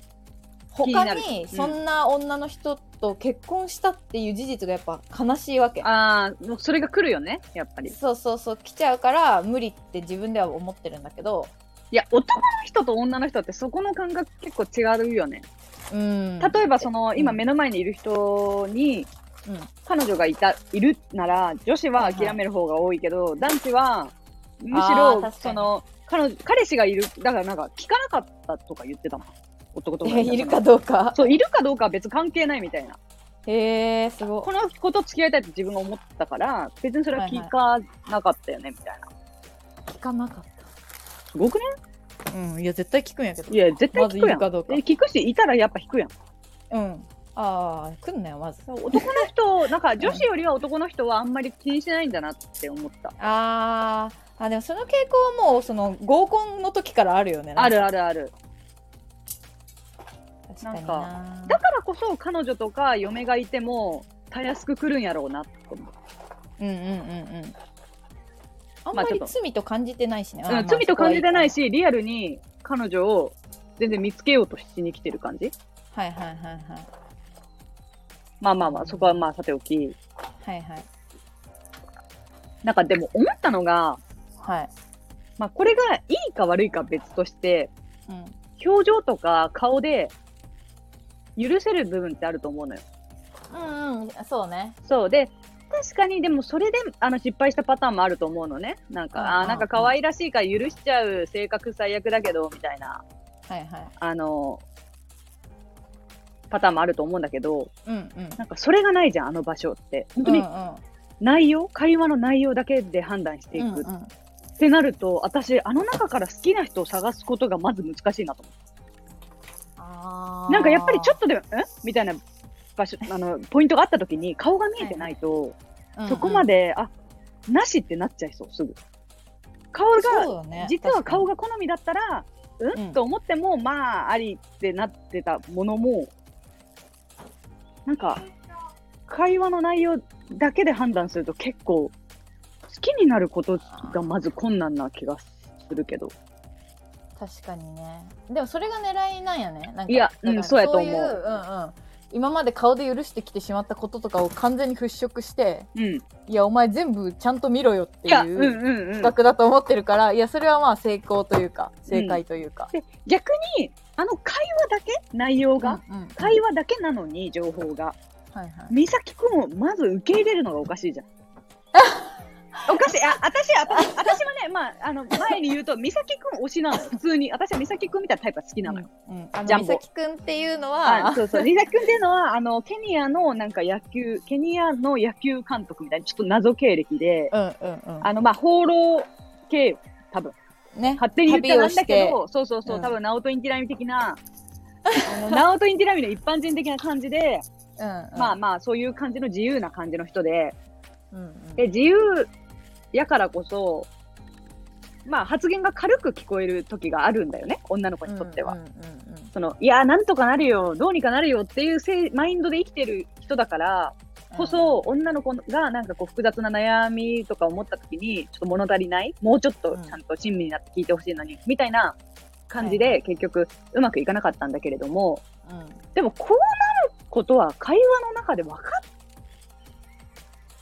[SPEAKER 1] 気にな
[SPEAKER 2] 他
[SPEAKER 1] る
[SPEAKER 2] にそんな女の人と結婚したっていう事実がやっぱ悲しいわけ、
[SPEAKER 1] ああ、もうそれが来るよね、やっぱり。
[SPEAKER 2] そうそうそう来ちゃうから無理って自分では思ってるんだけど
[SPEAKER 1] いや、男の人と女の人ってそこの感覚結構違うよね。
[SPEAKER 2] うん
[SPEAKER 1] 例えば、その、今
[SPEAKER 2] うん
[SPEAKER 1] 目の前にいる人に、
[SPEAKER 2] うん
[SPEAKER 1] 彼女がいた、いるなら、女子は諦める方が多いけど、男子は、むし
[SPEAKER 2] あー確か
[SPEAKER 1] ろ、
[SPEAKER 2] に
[SPEAKER 1] その、彼女、彼氏がいる、だからなんか、聞かなかったとか言ってたもん。男と女
[SPEAKER 2] え
[SPEAKER 1] が
[SPEAKER 2] いる
[SPEAKER 1] その
[SPEAKER 2] かどうか
[SPEAKER 1] そう、いるかどうかは別に関係ないみたいな。
[SPEAKER 2] へえすご
[SPEAKER 1] この子と付き合いたいって自分が思ったから、別にそれは聞かなかったよね、みたいな。
[SPEAKER 2] 聞かなかっ
[SPEAKER 1] すごくね
[SPEAKER 2] たうんいや絶対聞くんやけど
[SPEAKER 1] いや、絶対
[SPEAKER 2] まずい
[SPEAKER 1] 聞くや
[SPEAKER 2] る
[SPEAKER 1] ん。
[SPEAKER 2] かどうか
[SPEAKER 1] え聞くし、いたらやっぱ引くやん。
[SPEAKER 2] うんああ来んなよまず
[SPEAKER 1] 男の人、 なんか女子よりは男の人はあんまり気にしないんだなって思った。
[SPEAKER 2] あーあでもその傾向はもうその合コンの時からあるよね
[SPEAKER 1] ある
[SPEAKER 2] あ
[SPEAKER 1] あるある。
[SPEAKER 2] る確か
[SPEAKER 1] な
[SPEAKER 2] にな
[SPEAKER 1] だからこそ彼女とか嫁がいても、たやすく来るんやろうなって思う。
[SPEAKER 2] うんうんうんうんあん
[SPEAKER 1] ま
[SPEAKER 2] ま
[SPEAKER 1] あちょっ
[SPEAKER 2] り
[SPEAKER 1] と
[SPEAKER 2] 罪と感じてないしね、あ
[SPEAKER 1] う
[SPEAKER 2] ま
[SPEAKER 1] ん、
[SPEAKER 2] あ
[SPEAKER 1] 罪と感じてないし、リアルに彼女を全然見つけようとしに来てる感じ。
[SPEAKER 2] そこはいいかはいはいはいはい
[SPEAKER 1] まあまあまあ、そこはまあさておき。
[SPEAKER 2] はいはい
[SPEAKER 1] なんかでも思ったのが、
[SPEAKER 2] はい
[SPEAKER 1] まあこれがいいか悪いかは別として、
[SPEAKER 2] うん
[SPEAKER 1] 表情とか顔で許せる部分ってあると思うのよ。
[SPEAKER 2] うんうんそうね
[SPEAKER 1] そうで確かにでもそれであの失敗したパターンもあると思うのねなんか、
[SPEAKER 2] うん
[SPEAKER 1] あ
[SPEAKER 2] う
[SPEAKER 1] ー
[SPEAKER 2] ん
[SPEAKER 1] なんか可愛らしいから許しちゃう性格最悪だけどみたいな
[SPEAKER 2] はいはい
[SPEAKER 1] あのパターンもあると思うんだけど
[SPEAKER 2] うんうん
[SPEAKER 1] なんかそれがないじゃんあの場所って本当
[SPEAKER 2] う
[SPEAKER 1] に
[SPEAKER 2] んうん
[SPEAKER 1] 内容、会話の内容だけで判断していく、
[SPEAKER 2] うんう
[SPEAKER 1] っ
[SPEAKER 2] ん
[SPEAKER 1] てなると私あの中から好きな人を探すことがまず難しいなと思
[SPEAKER 2] あ
[SPEAKER 1] うなんかやっぱりちょ
[SPEAKER 2] っ
[SPEAKER 1] っとでも「ん?」みたいな場所あのポイントがあった時に顔が見えてないと。
[SPEAKER 2] と
[SPEAKER 1] そこまで、あなしってなっちゃいそう、すぐ。顔が、
[SPEAKER 2] そうだね
[SPEAKER 1] 実は顔
[SPEAKER 2] が
[SPEAKER 1] が好みだったら、うん、
[SPEAKER 2] うん
[SPEAKER 1] と思っても、まあ、ありってなってたものも、なんか、会話の内容だけで判断すると結構、好きになることがまず困難な気がするけど。
[SPEAKER 2] 確かにねでもそれが狙いなんやねなんか
[SPEAKER 1] いや
[SPEAKER 2] だから
[SPEAKER 1] うんそうやと思う
[SPEAKER 2] いうんうん、今まで顔で許してきてしまったこととかを完全に払拭して
[SPEAKER 1] うん。い
[SPEAKER 2] いやお前全部ちゃんと見ろよって
[SPEAKER 1] や、うんう
[SPEAKER 2] いうん
[SPEAKER 1] うん
[SPEAKER 2] 企。画だと思ってるからいやそれはまあ成功というか正解というか、
[SPEAKER 1] で、逆に、あの会話だけ、内容が、
[SPEAKER 2] うんうんはい
[SPEAKER 1] 会話だけなのに、情報が。
[SPEAKER 2] はい
[SPEAKER 1] 美咲くんをまず受け入れるのがおかしいじ ゃん。おかしい。あ、私、あ私私はね、まあ、あの、前に言うと、美咲くん推しなのよ。普通に。私は美咲くんみたいなタイプは好きなのよ。
[SPEAKER 2] うんうんあ
[SPEAKER 1] ジャ
[SPEAKER 2] の
[SPEAKER 1] ン
[SPEAKER 2] 美
[SPEAKER 1] ボ
[SPEAKER 2] 咲くんっていうの
[SPEAKER 1] あ
[SPEAKER 2] は
[SPEAKER 1] そうそう。美咲くんっていうのは、あの、ケニアのなんか野球、ケニアの野球監督みたいな、ちょっと謎経歴で、
[SPEAKER 2] うんうんう
[SPEAKER 1] あの、まあ、放浪系、多分。
[SPEAKER 2] んね
[SPEAKER 1] 勝手に言ったらなんだけ
[SPEAKER 2] 旅
[SPEAKER 1] ど、そうそうそう、
[SPEAKER 2] うん
[SPEAKER 1] 多分、ナオトインティラミ的な、あのナオトインティラミの一般人的な感じで、
[SPEAKER 2] うんうん
[SPEAKER 1] まあまあ、そういう感じの自由な感じの人で、
[SPEAKER 2] うんうん
[SPEAKER 1] で自由やからこそ、まあ、発言が軽く聞こえる時があるんだよね女の子にとっては。
[SPEAKER 2] うんうんうんうん
[SPEAKER 1] そのいやーなんとかなるよどうにかなるよっていうせいマインドで生きてる人だからこそ、女の子がなんかこう複雑な悩みとか思った時にちょっと物足りないもうちょっとちゃんと親身になって聞いてほしいのに、みたいな感じで結局うまくいかなかったんだけれども
[SPEAKER 2] うん
[SPEAKER 1] でもこうなることは会話の中で分か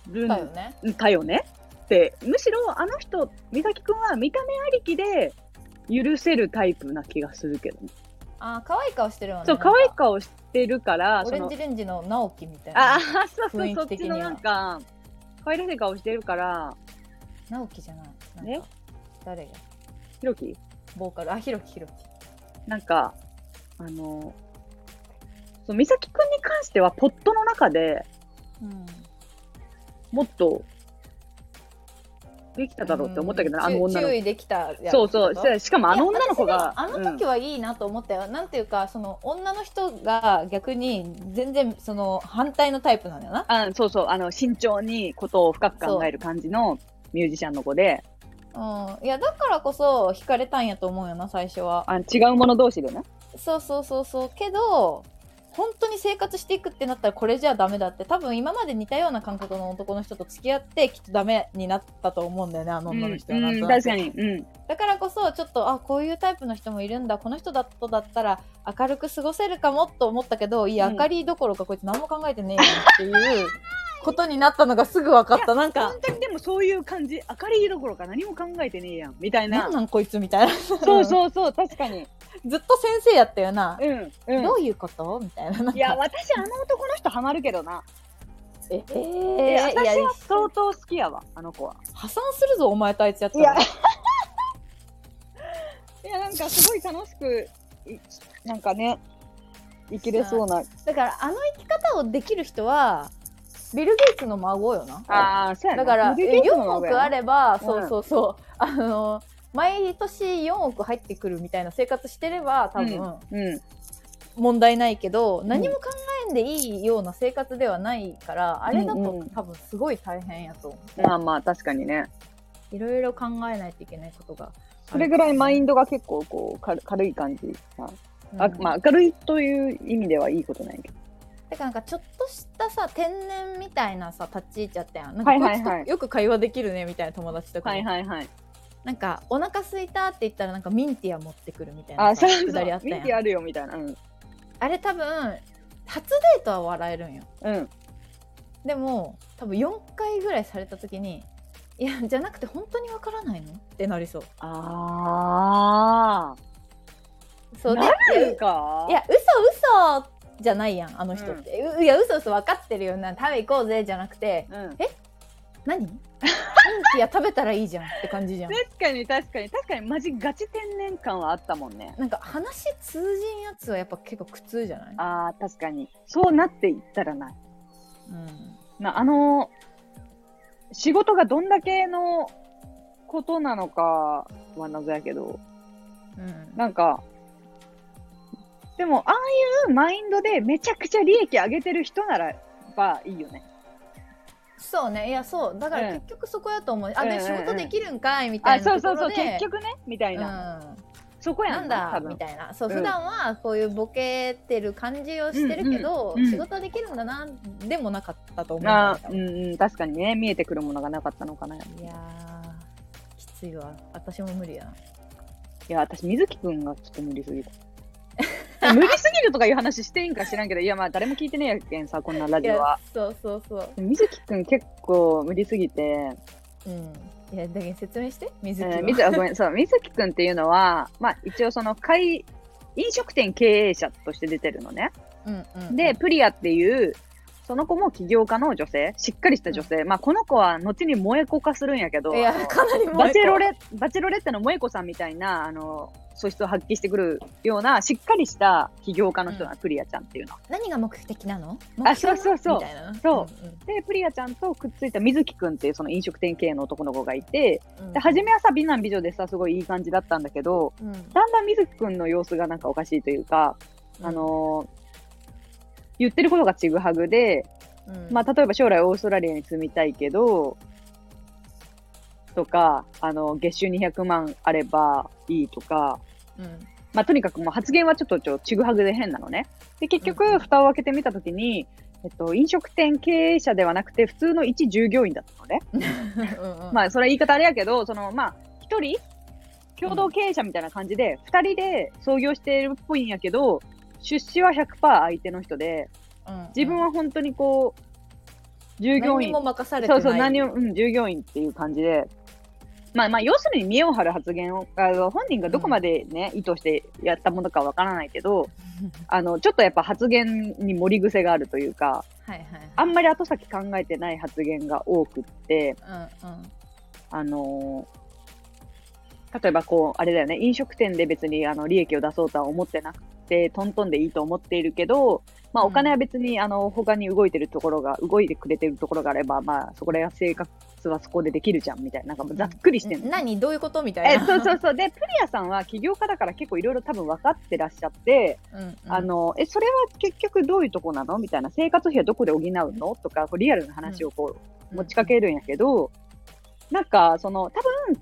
[SPEAKER 1] るん
[SPEAKER 2] だよね
[SPEAKER 1] かよねってむしろあの人美咲くんは見た目ありきで許せるタイプな気がするけどね、
[SPEAKER 2] あー可愛い顔してるわね
[SPEAKER 1] そう
[SPEAKER 2] なん
[SPEAKER 1] 可
[SPEAKER 2] か
[SPEAKER 1] 愛い顔してるから
[SPEAKER 2] オ
[SPEAKER 1] そ
[SPEAKER 2] レン
[SPEAKER 1] の
[SPEAKER 2] ジレンジの直樹みたい
[SPEAKER 1] あ
[SPEAKER 2] な
[SPEAKER 1] あ。そうそう
[SPEAKER 2] 雰囲
[SPEAKER 1] そっ
[SPEAKER 2] 気
[SPEAKER 1] ち
[SPEAKER 2] 的に
[SPEAKER 1] の
[SPEAKER 2] は
[SPEAKER 1] なんか可愛らしい顔してるから
[SPEAKER 2] 直樹じゃない。なんか
[SPEAKER 1] え
[SPEAKER 2] 誰が
[SPEAKER 1] ひろき
[SPEAKER 2] ボーカル。あ、ひろきひろき。
[SPEAKER 1] なんかあのそう美咲くんに関してはポットの中で
[SPEAKER 2] うん。
[SPEAKER 1] もっと、できただろうって思ったけどね、あの
[SPEAKER 2] 注
[SPEAKER 1] 女の
[SPEAKER 2] 注
[SPEAKER 1] 子。
[SPEAKER 2] 意できたやつ
[SPEAKER 1] そうそう。
[SPEAKER 2] って
[SPEAKER 1] し
[SPEAKER 2] こと
[SPEAKER 1] てしかもあの女の子
[SPEAKER 2] いや
[SPEAKER 1] が、
[SPEAKER 2] 私でもあの時
[SPEAKER 1] うん
[SPEAKER 2] はいいなと思ったよ、なんていうかその女の人が逆に全然その反対のタイプなんだよな
[SPEAKER 1] あそうそう、あの、慎重にことを深く考える感じのミュージシャンの子で、
[SPEAKER 2] うん、いやだからこそ惹かれたんやと思うよな最初は
[SPEAKER 1] あ違うもの同士でね。
[SPEAKER 2] そうそうそうそうけど本当に生活していくってなったらこれじゃダメだって多分今まで似たような感覚の男の人と付き合ってきっとダメになったと思うんだよねあの女の人は
[SPEAKER 1] うん
[SPEAKER 2] なんとなく
[SPEAKER 1] 確かに。うん。
[SPEAKER 2] だからこそちょっとあこういうタイプの人もいるんだこの人だとだったら明るく過ごせるかもと思ったけどいや、
[SPEAKER 1] うん
[SPEAKER 2] 明かりどころかこいつ何も考えてねえよっていうことになったのがすぐ分かったなんか
[SPEAKER 1] 本当にでもそういう感じ、明かりどころか何も考えてねえやん、みたいな
[SPEAKER 2] 何。なんこいつみたいな
[SPEAKER 1] そうそうそう、確かに。
[SPEAKER 2] ずっと先生やったよな、
[SPEAKER 1] うん。うん
[SPEAKER 2] どういうことみたいななんか
[SPEAKER 1] いや、私、あの男の人ハマるけどな。
[SPEAKER 2] ええ
[SPEAKER 1] え
[SPEAKER 2] ー、いや
[SPEAKER 1] 私は相当好きやわ、あの子は。
[SPEAKER 2] 破産するぞお前とあいつやった
[SPEAKER 1] いや
[SPEAKER 2] ら、
[SPEAKER 1] いや、なんかすごい楽しく、いなんかね、生きれそうな。
[SPEAKER 2] だからあの生き方をできる人はビル・ゲイツの孫よな
[SPEAKER 1] ああ、そうやな。
[SPEAKER 2] だから
[SPEAKER 1] ビルゲイツの
[SPEAKER 2] 4
[SPEAKER 1] 孫や
[SPEAKER 2] 億
[SPEAKER 1] な
[SPEAKER 2] あれば、
[SPEAKER 1] ん
[SPEAKER 2] そうそうそう、あの毎年4億入ってくるみたいな生活してれば多分
[SPEAKER 1] うん。
[SPEAKER 2] 問題ないけど、何も考えんでいいような生活ではないから、あれだ
[SPEAKER 1] うんう
[SPEAKER 2] と
[SPEAKER 1] ん
[SPEAKER 2] 多分すごい大変やと思
[SPEAKER 1] まあまあ、確かにね。
[SPEAKER 2] ういろいろ考えないといけないことが
[SPEAKER 1] それぐらいマイン
[SPEAKER 2] ド、
[SPEAKER 1] ドが結構こう軽軽い感じさ、
[SPEAKER 2] うん
[SPEAKER 1] あまあ、明るいという意味ではいいことないけど
[SPEAKER 2] だからなんかちょっとしたさ天然みたいなさ立ち入っちゃったやん
[SPEAKER 1] は
[SPEAKER 2] なんか
[SPEAKER 1] い
[SPEAKER 2] こ
[SPEAKER 1] はい
[SPEAKER 2] いつと
[SPEAKER 1] はい
[SPEAKER 2] よく会話できるねみたいな友達とかも、
[SPEAKER 1] はいはい
[SPEAKER 2] なんかお腹空いたって言ったらなんかミンティア持ってくるみたいな
[SPEAKER 1] あ
[SPEAKER 2] さ
[SPEAKER 1] そうそう
[SPEAKER 2] くだりあった
[SPEAKER 1] 見
[SPEAKER 2] やん
[SPEAKER 1] てあるよみたいなうん
[SPEAKER 2] あれ多分初デートは笑えるんよ
[SPEAKER 1] うん
[SPEAKER 2] でも多分4回ぐらいされた時にいやじゃなくて本当にわからないのってなりそう
[SPEAKER 1] あ
[SPEAKER 2] そうで
[SPEAKER 1] なる
[SPEAKER 2] い
[SPEAKER 1] か
[SPEAKER 2] や嘘嘘じゃないやんあの人って、ういや嘘嘘分かってるよな食べ行こうぜじゃなくて
[SPEAKER 1] うん、
[SPEAKER 2] 何ミンティア食べたらいいじゃんって感じじゃん
[SPEAKER 1] 確かに確かに確かにマジガチ天然感はあったもんね
[SPEAKER 2] なんか話通じんやつはやっぱ結構苦痛じゃない、
[SPEAKER 1] あー確かにそうなっていったらない
[SPEAKER 2] うん、
[SPEAKER 1] なあの仕事がどんだけのことなのかは謎やけど
[SPEAKER 2] うん、
[SPEAKER 1] なんか、でも、ああいうマインドでめちゃくちゃ利益上げてる人ならばいいよね。
[SPEAKER 2] そうねいやそうだか
[SPEAKER 1] う
[SPEAKER 2] ら
[SPEAKER 1] ん
[SPEAKER 2] 結局そこやと思う、あ
[SPEAKER 1] うん
[SPEAKER 2] で
[SPEAKER 1] うんうん
[SPEAKER 2] 仕事できるんかいみた
[SPEAKER 1] あ、
[SPEAKER 2] い
[SPEAKER 1] そ
[SPEAKER 2] な
[SPEAKER 1] う
[SPEAKER 2] とこ
[SPEAKER 1] そう
[SPEAKER 2] ろで
[SPEAKER 1] そう、結局ね、みたいな。
[SPEAKER 2] うん
[SPEAKER 1] そこや
[SPEAKER 2] なんだ
[SPEAKER 1] 多分
[SPEAKER 2] みたいなそう
[SPEAKER 1] うん
[SPEAKER 2] 普段はこういうボケてる感じをしてるけど、
[SPEAKER 1] うんうんうん
[SPEAKER 2] 仕事できるんだなでもなかったと思う
[SPEAKER 1] あー
[SPEAKER 2] んだよ
[SPEAKER 1] うんうん、確かにね、見えてくるものがなかったのかな。い
[SPEAKER 2] いやーきついわ私も無理やな
[SPEAKER 1] や、私、水木くんがちょっと無理すぎた。 無理すぎるとかいう話していいんか知らんけど、いや、まあ、誰も聞いてねえやけんさ、こんなラ
[SPEAKER 2] い
[SPEAKER 1] ジオ
[SPEAKER 2] や
[SPEAKER 1] は。
[SPEAKER 2] そうそうそう
[SPEAKER 1] 水木くん結構無理すぎて、
[SPEAKER 2] うんいやだけど説明して水
[SPEAKER 1] え
[SPEAKER 2] 木
[SPEAKER 1] ー
[SPEAKER 2] は、
[SPEAKER 1] 水あごめんそう水木くんっていうのは、まあ、一応その会飲食店経営者として出てるのね。
[SPEAKER 2] うんうん
[SPEAKER 1] で、プリアっていう、その子も起業家の女性、しっかりした女性。まあ、この子は後に萌え子化するんやけど、
[SPEAKER 2] いや
[SPEAKER 1] あの
[SPEAKER 2] かなりもう
[SPEAKER 1] バチェロレ、バチェロレッテの萌え子さんみたいな、あの、素質を発揮してくるような、しっかりした起業家の人なの、プリアちゃんっていうのは。
[SPEAKER 2] 何が目的なの
[SPEAKER 1] あそうそうそう
[SPEAKER 2] 目標なのみたいな
[SPEAKER 1] そうで、プリアちゃんとくっついた水木くんっていうその飲食店経営の男の子がいて、
[SPEAKER 2] うんうん
[SPEAKER 1] で、初めはさ、美男美女でさ、すごいいい感じだったんだけど、
[SPEAKER 2] うん
[SPEAKER 1] だんだん水木くんの様子がなんかおかしいというか、あの言ってることがちぐはぐで、
[SPEAKER 2] うん
[SPEAKER 1] まあ、例えば将来オーストラリアに住みたいけど、とか、あの、月収200万あればいいとか、
[SPEAKER 2] うん
[SPEAKER 1] まあ、とにかくもう発言はちょっとちょちぐはぐで変なのね。で、結
[SPEAKER 2] うんう
[SPEAKER 1] 局、
[SPEAKER 2] ん
[SPEAKER 1] 蓋を開けてみたときに、えっと、飲食店経営者ではなくて、普通の一従業員だったのね。
[SPEAKER 2] うんうん
[SPEAKER 1] まあ、それは言い方あれやけど、その、まあ、一人、共同経営者みたいな感じで、二、人で創業してるっぽいんやけど、出資は100%相手の人で、
[SPEAKER 2] うんうん
[SPEAKER 1] 自分は本当にこう、従業
[SPEAKER 2] 何
[SPEAKER 1] 員
[SPEAKER 2] にも任されて
[SPEAKER 1] そ
[SPEAKER 2] な
[SPEAKER 1] う
[SPEAKER 2] い
[SPEAKER 1] そう、何を、うん、従業員っていう感じで、まあまあ、要するに見栄を張る発言を、あの本人がどこまでね、意図してやったものかわからないけど、あの、ちょっとやっぱ発言に盛り癖があるというか、
[SPEAKER 2] はいはいはい
[SPEAKER 1] あんまり後先考えてない発言が多くって、
[SPEAKER 2] うんうん
[SPEAKER 1] あのー例えばこう、あれだよね、飲食店で別にあの利益を出そうとは思ってなくて、トントンでいいと思っているけど、まあ、
[SPEAKER 2] うん
[SPEAKER 1] お金は別に、あの、他に動いてるところが、動いてくれてるところがあれば、まあ、そこら生活はそこでできるじゃん、みたいな、なんかもうざっくりしてんの。
[SPEAKER 2] 何どういうことみた
[SPEAKER 1] え
[SPEAKER 2] いな。
[SPEAKER 1] そうそうそう。で、プリアさんは起業家だから結構いろいろ多分分かってらっしゃって、
[SPEAKER 2] うんうん
[SPEAKER 1] あの、え、それは結局どういうとこなのみたいな、生活費はどこで補うのとか、こうリアルな話をこう、持ちかけるんやけど、なんか、その、多分、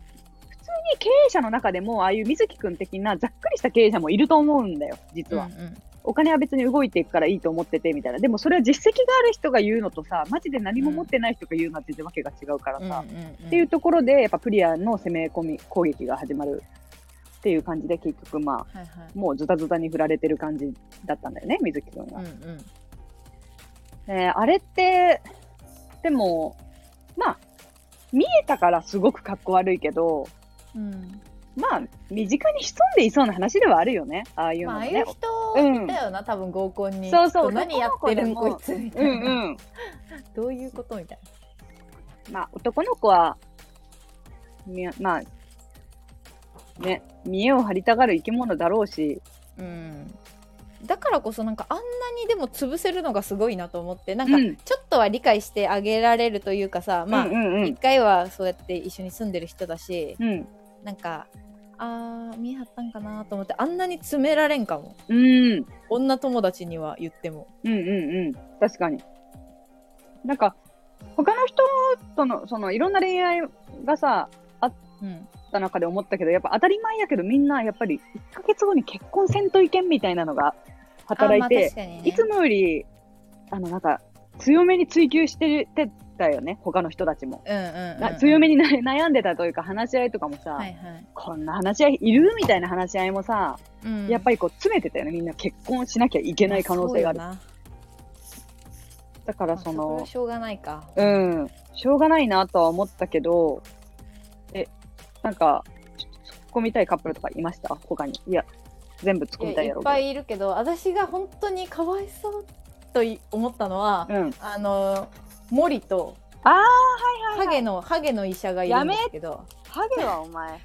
[SPEAKER 1] 普通に経営者の中でも、ああいう水木くん的なざっくりした経営者もいると思うんだよ、実は。
[SPEAKER 2] うんうん
[SPEAKER 1] お金は別に動いていくからいいと思っててみたいなでもそれは実績がある人が言うのとさマジで何も持ってない人が言うのは全然わけが違うからさ、
[SPEAKER 2] う
[SPEAKER 1] っ
[SPEAKER 2] んうんうん
[SPEAKER 1] ていうところでやっぱプリアの攻め込み攻撃が始まるっていう感じで結局ま
[SPEAKER 2] はいはい
[SPEAKER 1] あもうズタズタに振られてる感じだったんだよね水木君
[SPEAKER 2] う
[SPEAKER 1] は
[SPEAKER 2] ん、うん
[SPEAKER 1] ねあれってでもまあ見えたからすごくかっこ悪いけど
[SPEAKER 2] うん
[SPEAKER 1] まあ身近に潜んでいそうな話ではあるよねああいう
[SPEAKER 2] まあ、
[SPEAKER 1] の
[SPEAKER 2] あ
[SPEAKER 1] も
[SPEAKER 2] あい
[SPEAKER 1] ね
[SPEAKER 2] う。人いたよな、多分合コンに。
[SPEAKER 1] そうそう
[SPEAKER 2] 何やってるん
[SPEAKER 1] 男
[SPEAKER 2] こ
[SPEAKER 1] の
[SPEAKER 2] い
[SPEAKER 1] 子
[SPEAKER 2] つみた
[SPEAKER 1] う
[SPEAKER 2] いな。
[SPEAKER 1] んうん
[SPEAKER 2] どういうことみたい
[SPEAKER 1] ま
[SPEAKER 2] な。
[SPEAKER 1] あ、男の子は、みまあ、ね、見栄を張りたがる生き物だろうし、
[SPEAKER 2] うん、だからこそなんかあんなにでも潰せるのがすごいなと思ってなん
[SPEAKER 1] う
[SPEAKER 2] か
[SPEAKER 1] ん、
[SPEAKER 2] ちょっとは理解してあげられるというかさ、まあ
[SPEAKER 1] うんうんう
[SPEAKER 2] 一
[SPEAKER 1] ん、
[SPEAKER 2] 回はそうやって一緒に住んでる人だし
[SPEAKER 1] うん、
[SPEAKER 2] なんかあー見え張ったんかなと思ってあんなに詰められんかも
[SPEAKER 1] うん、
[SPEAKER 2] 女友達には言っても
[SPEAKER 1] うん、うん、うん、確かに。なんか、他の人との、その、いろんな恋愛がさ、
[SPEAKER 2] うん
[SPEAKER 1] あった中で思ったけど、やっぱ当たり前やけど、みんなやっぱり1ヶ月後に結婚せんといけんみたいなのが働い
[SPEAKER 2] あーまあ
[SPEAKER 1] て
[SPEAKER 2] 確、かにね
[SPEAKER 1] いつもより、あの、なんか、強めに追求しててたよね、他の人たちも。
[SPEAKER 2] うんうんうん
[SPEAKER 1] な強めにな悩んでたというか話し合いとかもさ、
[SPEAKER 2] はいはい
[SPEAKER 1] こんな話し合いいるみたいな話し合いもさ、
[SPEAKER 2] うん
[SPEAKER 1] やっぱりこう詰めてたよねみんな結婚しなきゃいけない可能性がある、
[SPEAKER 2] まそうよ
[SPEAKER 1] だから
[SPEAKER 2] なまあ
[SPEAKER 1] そ
[SPEAKER 2] それは
[SPEAKER 1] の
[SPEAKER 2] しょうがないか
[SPEAKER 1] うんしょうがないなとは思ったけどえなんかちょっと突っ込みたいカップルとかいました他にいや全部突っ込み
[SPEAKER 2] い
[SPEAKER 1] た
[SPEAKER 2] や
[SPEAKER 1] い
[SPEAKER 2] い
[SPEAKER 1] や
[SPEAKER 2] っ
[SPEAKER 1] ろうけど
[SPEAKER 2] ぱいいるけど私が本当にかわいそうとい思ったのは、
[SPEAKER 1] うん
[SPEAKER 2] あの森と
[SPEAKER 1] あーはいはい
[SPEAKER 2] ハ
[SPEAKER 1] はい
[SPEAKER 2] ゲのハゲの医者がいるんですけど
[SPEAKER 1] ハゲはお前
[SPEAKER 2] ハゲ